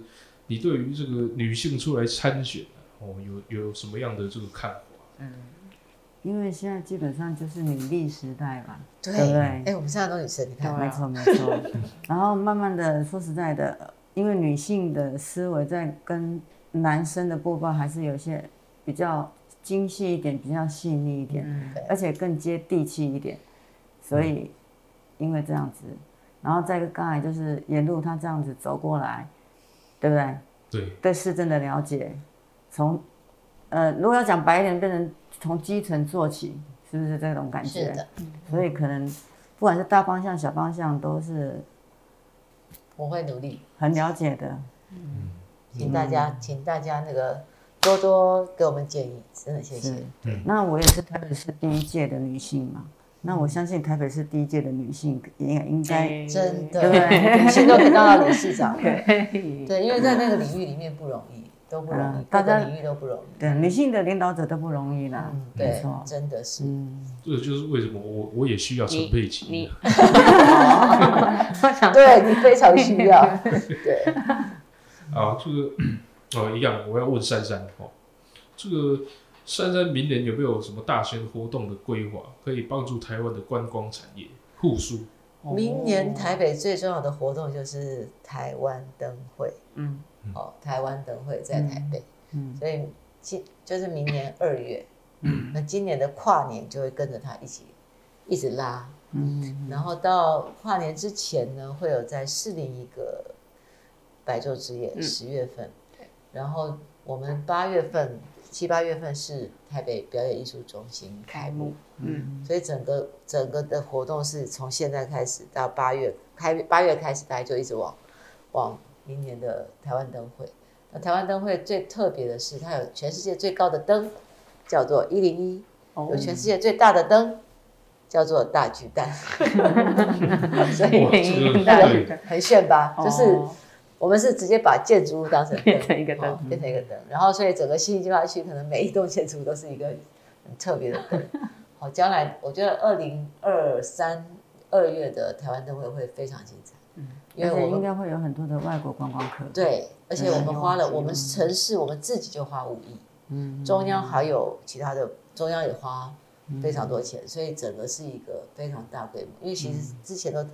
Speaker 1: 你对于这个女性出来参选、啊、哦，有有什么样的这个看法？
Speaker 5: 因为现在基本上就是女力时代嘛，
Speaker 3: 对，
Speaker 5: 对不对
Speaker 3: 哎、我们现在都女生，你看，
Speaker 5: 没错没错。 [LAUGHS] 然后慢慢的，说实在的，呃因为女性的思维在跟男生的部分还是有一些比较精细一点，比较细腻一点，
Speaker 2: 嗯
Speaker 5: 而且更接地气一点。所以，因为这样子，然后再刚才就是沿路他这样子走过来，对不对？
Speaker 1: 对，
Speaker 5: 对市政的了解，从呃，如果要讲白一点，变成从基层做起，是不是这种感觉？
Speaker 3: 是的，
Speaker 5: 所以可能不管是大方向、小方向，都是
Speaker 3: 我会努力，
Speaker 5: 很了解的。
Speaker 3: 请大家，请大家那个多多给我们建议，真的谢谢
Speaker 5: 是。那我也是台北市第一届的女性
Speaker 3: 嗯
Speaker 5: 嘛，那我相信台北市第一届的女性也应该
Speaker 2: 哎
Speaker 3: 真
Speaker 1: [LAUGHS]
Speaker 3: 的，
Speaker 5: 对不对
Speaker 3: 女性都可以当到理事
Speaker 5: [LAUGHS]
Speaker 3: 长了，
Speaker 2: 对
Speaker 3: 对，因为在那个领域里面不容易，都不容易，
Speaker 5: 嗯
Speaker 3: 各
Speaker 5: 大
Speaker 3: 个
Speaker 5: 家
Speaker 3: 领域都不容易。
Speaker 5: 对女性的领导者都不容易啦
Speaker 3: 嗯，，
Speaker 5: 没
Speaker 3: 对
Speaker 5: 错，。
Speaker 3: 真的是，
Speaker 5: 嗯，
Speaker 1: 这就是为什么我我也需要陈佩琪。
Speaker 2: 你，我
Speaker 5: 嗯
Speaker 2: 想
Speaker 3: 对你非常需要，
Speaker 5: [LAUGHS]
Speaker 3: 对，
Speaker 1: 啊，这个哦一样，我要问珊珊哦，这个珊珊明年有没有什么大型活动的规划，可以帮助台湾的观光产业复苏？
Speaker 5: 哦
Speaker 3: 明年台北最重要的活动就是台湾灯会，
Speaker 2: 嗯，
Speaker 3: 哦，台湾灯会在台北，
Speaker 5: 嗯
Speaker 3: 所以今就是明年二月，嗯，那今年的跨年就会跟着他一起一直拉，嗯，然后到跨年之前呢，会有在士林一个白昼之夜，十月份，然后我们八月份七八月份是台北表演艺术中心
Speaker 2: 开
Speaker 3: 开
Speaker 2: 幕
Speaker 3: 幕，，
Speaker 2: 嗯，
Speaker 3: 所以整个整个的活动是从现在开始到八月开八月开始，大家就一直往往明年的台湾灯会。那台湾灯会最特别的是，它有全世界最高的灯，叫做一零一，
Speaker 2: 哦 [LAUGHS]
Speaker 3: 有全世界最大的灯，叫做大巨蛋，所以
Speaker 1: 哇，
Speaker 2: [LAUGHS]
Speaker 1: 这个
Speaker 2: 大家
Speaker 1: 对，
Speaker 3: 很炫吧？就是
Speaker 2: 哦
Speaker 3: 我们是直接把建筑物当成
Speaker 2: 变成一个灯嗯
Speaker 3: 哦变成一个灯。然后，所以整个新义计划区可能每一栋建筑都是一个很特别的灯。好，将来我觉得二零二三二月的台湾灯会会非常精彩，嗯，因
Speaker 5: 而
Speaker 3: 为
Speaker 5: 且
Speaker 3: 我
Speaker 5: 应
Speaker 3: 们
Speaker 5: 该会有很多的外国观光客。，
Speaker 3: 对，而且我们花了
Speaker 5: 嗯
Speaker 3: 我们城市我们自己就花五亿，
Speaker 5: 嗯，
Speaker 3: 中央还有其他的中央也花非常多钱，所以整个是一个非常大规模。因为其实
Speaker 5: 嗯
Speaker 3: 之前都，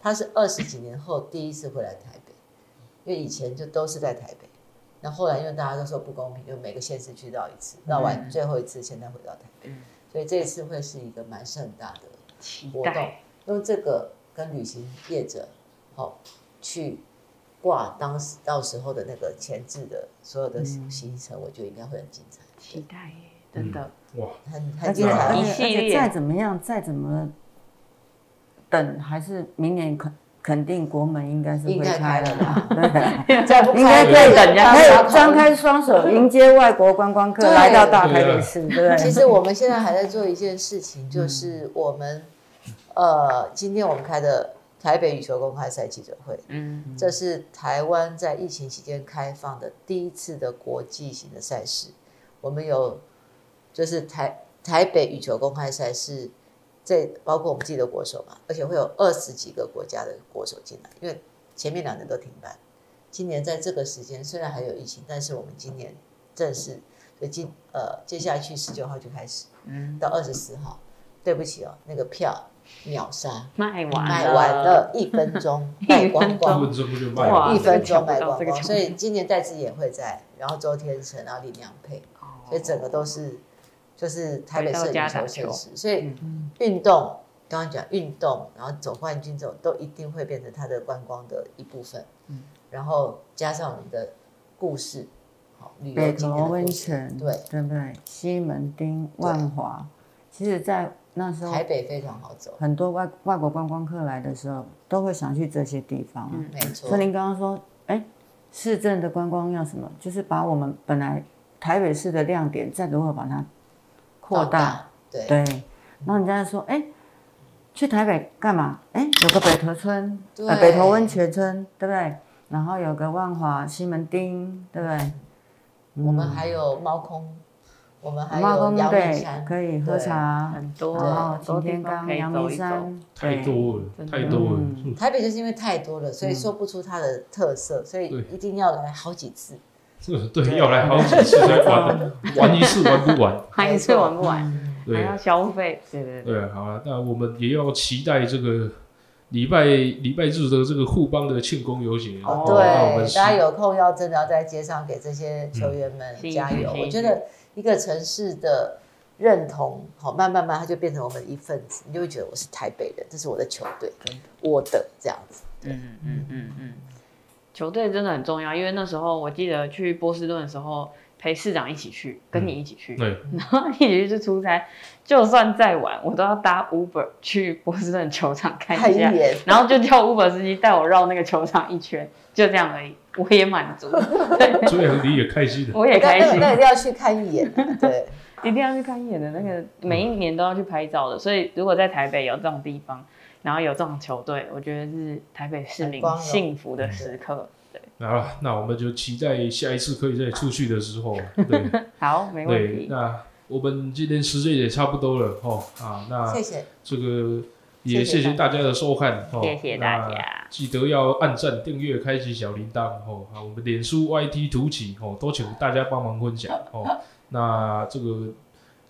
Speaker 3: 他是二十几年后第一次会来台北，因为以前就都是在台北。那后来因为大家都说不公平，就每个县市去绕一次，绕
Speaker 5: 嗯
Speaker 3: 完最后一次，现在回到台北，所以这一次会是一个蛮盛大的
Speaker 2: 期
Speaker 3: 活动
Speaker 2: 待，，
Speaker 3: 用这个跟旅行业者好、去挂当时到时候的那个前置的所有的行程，我觉得应该会很精彩。
Speaker 2: 期待耶，真的，
Speaker 1: 哇，
Speaker 3: 很
Speaker 5: 而
Speaker 3: 很
Speaker 5: 且
Speaker 3: 精彩
Speaker 5: 而
Speaker 2: 一
Speaker 5: 且
Speaker 3: 哦。
Speaker 2: 系
Speaker 5: 而
Speaker 2: 列
Speaker 5: 且再怎么样，再怎么等，还是明年肯肯定国门应该是
Speaker 3: 应
Speaker 5: 会
Speaker 3: 该
Speaker 5: 开
Speaker 3: 开
Speaker 5: 了
Speaker 3: 了
Speaker 5: 啦
Speaker 3: 啦。
Speaker 1: 嗯
Speaker 2: [LAUGHS]
Speaker 5: 对，
Speaker 3: 再不
Speaker 5: [LAUGHS] 应该
Speaker 3: 开
Speaker 5: 可以
Speaker 2: 等人家
Speaker 5: 可
Speaker 2: 家
Speaker 5: 以张。开双手迎接外国观光客
Speaker 3: 对
Speaker 5: 来到大台北市，对不
Speaker 3: 其
Speaker 5: 对？
Speaker 3: 实我们现在还在做一件事情，就是我们呃，今天我们开的台北羽球公开赛记者会，
Speaker 2: 嗯，
Speaker 3: 这是台湾在疫情期间开放的第一次的国际型的赛事。我们有就是台台北羽球公开赛是这包括我们自己的国手嘛，而且会有二十几个国家的国手进来，因为前面两年都停办。今年在这个时间虽然还有疫情，但是我们今年正式，所以今呃接下去十九号就开始，嗯，到二十四号。对不起哦，那个票秒杀，
Speaker 2: 卖完了
Speaker 3: 卖完了，一分
Speaker 2: [LAUGHS]
Speaker 3: 钟卖光
Speaker 1: 一
Speaker 3: 光
Speaker 1: 分。钟就卖
Speaker 2: 哇
Speaker 1: 完
Speaker 3: 一分
Speaker 1: 了，
Speaker 3: 钟卖
Speaker 2: 这个抢不到
Speaker 3: 光
Speaker 2: 这个抢不
Speaker 3: 光，
Speaker 2: 到
Speaker 3: 所以今年戴资也会在，然后周天成，然后李良配，所以整个都是就是台北市
Speaker 2: 哦回到家
Speaker 3: 羽
Speaker 2: 打
Speaker 3: 球
Speaker 2: 球嗯
Speaker 3: 盛世，所以运动刚刚讲运动，然后总冠军这种都一定会变成它的观光的一部分，
Speaker 2: 嗯
Speaker 3: 然后加上我们的故事，好旅游
Speaker 5: 北
Speaker 3: 景
Speaker 5: 投
Speaker 3: 点的
Speaker 5: 温
Speaker 3: 故事
Speaker 5: 泉，，
Speaker 3: 对，
Speaker 5: 对不对？西门町、
Speaker 3: 对
Speaker 5: 万华，其实，在那时候
Speaker 3: 台北非常好走，
Speaker 5: 很多外外国观光客来的时候，都会想去这些地方啊。
Speaker 2: 嗯
Speaker 3: 没错
Speaker 5: 所以，您刚刚说，哎，市政的观光要什么？就是把我们本来台北市的亮点再如何把它扩
Speaker 3: 放
Speaker 5: 大。
Speaker 3: 对，
Speaker 5: 对，然后人家就说，哎，去台北干嘛？哎，有个北投村，呃，北投
Speaker 3: 对
Speaker 5: 温泉村，对不对？然后有个万华西门町，对不对？
Speaker 3: 我们还有猫空，我们还
Speaker 5: 嗯猫
Speaker 3: 有
Speaker 5: 公
Speaker 3: 阳明
Speaker 5: 对
Speaker 3: 山，，
Speaker 5: 可以喝
Speaker 3: 对
Speaker 5: 茶，
Speaker 2: 很多
Speaker 5: 然后
Speaker 2: 很
Speaker 5: 擎
Speaker 2: 多地
Speaker 5: 哦天
Speaker 2: 方
Speaker 5: 岗、
Speaker 2: 可以
Speaker 5: 阳
Speaker 2: 走
Speaker 5: 明
Speaker 2: 一 [LAUGHS] 走。
Speaker 5: 山，
Speaker 1: 太
Speaker 5: 对
Speaker 1: 多了，
Speaker 2: 真的
Speaker 1: 太多了。
Speaker 5: 嗯
Speaker 3: 台北就是因为太多了，所以说不出它的特色，所以
Speaker 1: 对
Speaker 3: 一定要来好几次。
Speaker 1: 这对要来好几次才玩，玩一次玩不
Speaker 3: [LAUGHS]
Speaker 1: 完。
Speaker 2: 还一次玩不完，还
Speaker 3: 哎
Speaker 1: 对
Speaker 2: 要消费，对对对，
Speaker 1: 对，啊好了，那我们也要期待这个礼拜礼拜日的这个互帮的庆功游行。
Speaker 2: 哦
Speaker 1: 那我们
Speaker 3: 对，
Speaker 1: 是
Speaker 3: 大家有空要真的要在街上给这些球员们
Speaker 2: 嗯
Speaker 3: 加油。
Speaker 2: 是
Speaker 3: 我觉得一个城市的认同，好，慢慢慢，它就变成我们的一份子，你就会觉得我是台北人，这是我的球队，我的这样子。
Speaker 2: 嗯嗯嗯嗯，球队真的很重要，因为那时候我记得去波士顿的时候，陪市长一起去，跟你一起去，
Speaker 1: 对，
Speaker 2: 然 [LAUGHS] 后一起去去出差，就算再晚，我都要搭 Uber 去波士顿球场看一
Speaker 3: 很
Speaker 2: 下，
Speaker 3: 远，
Speaker 2: 然后就叫 Uber 司机带我绕那个球场一圈，就这样而已，我也
Speaker 1: [LAUGHS]
Speaker 2: 满足，对
Speaker 1: 所以你也开心的。
Speaker 2: 我也开
Speaker 3: 那
Speaker 2: 心，
Speaker 3: 那一定要去看一眼啊，对。
Speaker 2: 一定要去看一眼的那个，每一年都要去拍照的。所以如果在台北有这种地方，然后有这种球队，我觉得是台北市
Speaker 3: 很
Speaker 2: 民
Speaker 3: 光荣
Speaker 2: 幸福的时刻。
Speaker 1: 好了，那我们就期待下一次可以再出去的时候。对
Speaker 2: 好， [LAUGHS] 没问
Speaker 1: 对，
Speaker 2: 题。
Speaker 1: 那我们今天时间也差不多了哦啊，那
Speaker 3: 谢谢，
Speaker 1: 这个也谢
Speaker 3: 谢谢
Speaker 1: 谢大家的收看哦，
Speaker 2: 谢谢大。家，
Speaker 1: 记得要按赞、订阅、开启小铃铛哦。好，我们脸书 YT 图起哦，都请大家帮忙分享哦。那这个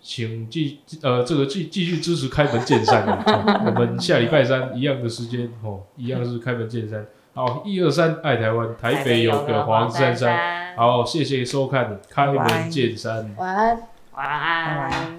Speaker 1: 请继呃这个继继续支持开门见山啊、哦我们下礼拜三一样的时间哦，一样是开门见山。好，一二三，爱台湾，台北有个黄珊珊。
Speaker 2: 珊，
Speaker 1: 好，谢谢收看，开门见山。
Speaker 3: 晚安。
Speaker 2: 晚安。
Speaker 5: 拜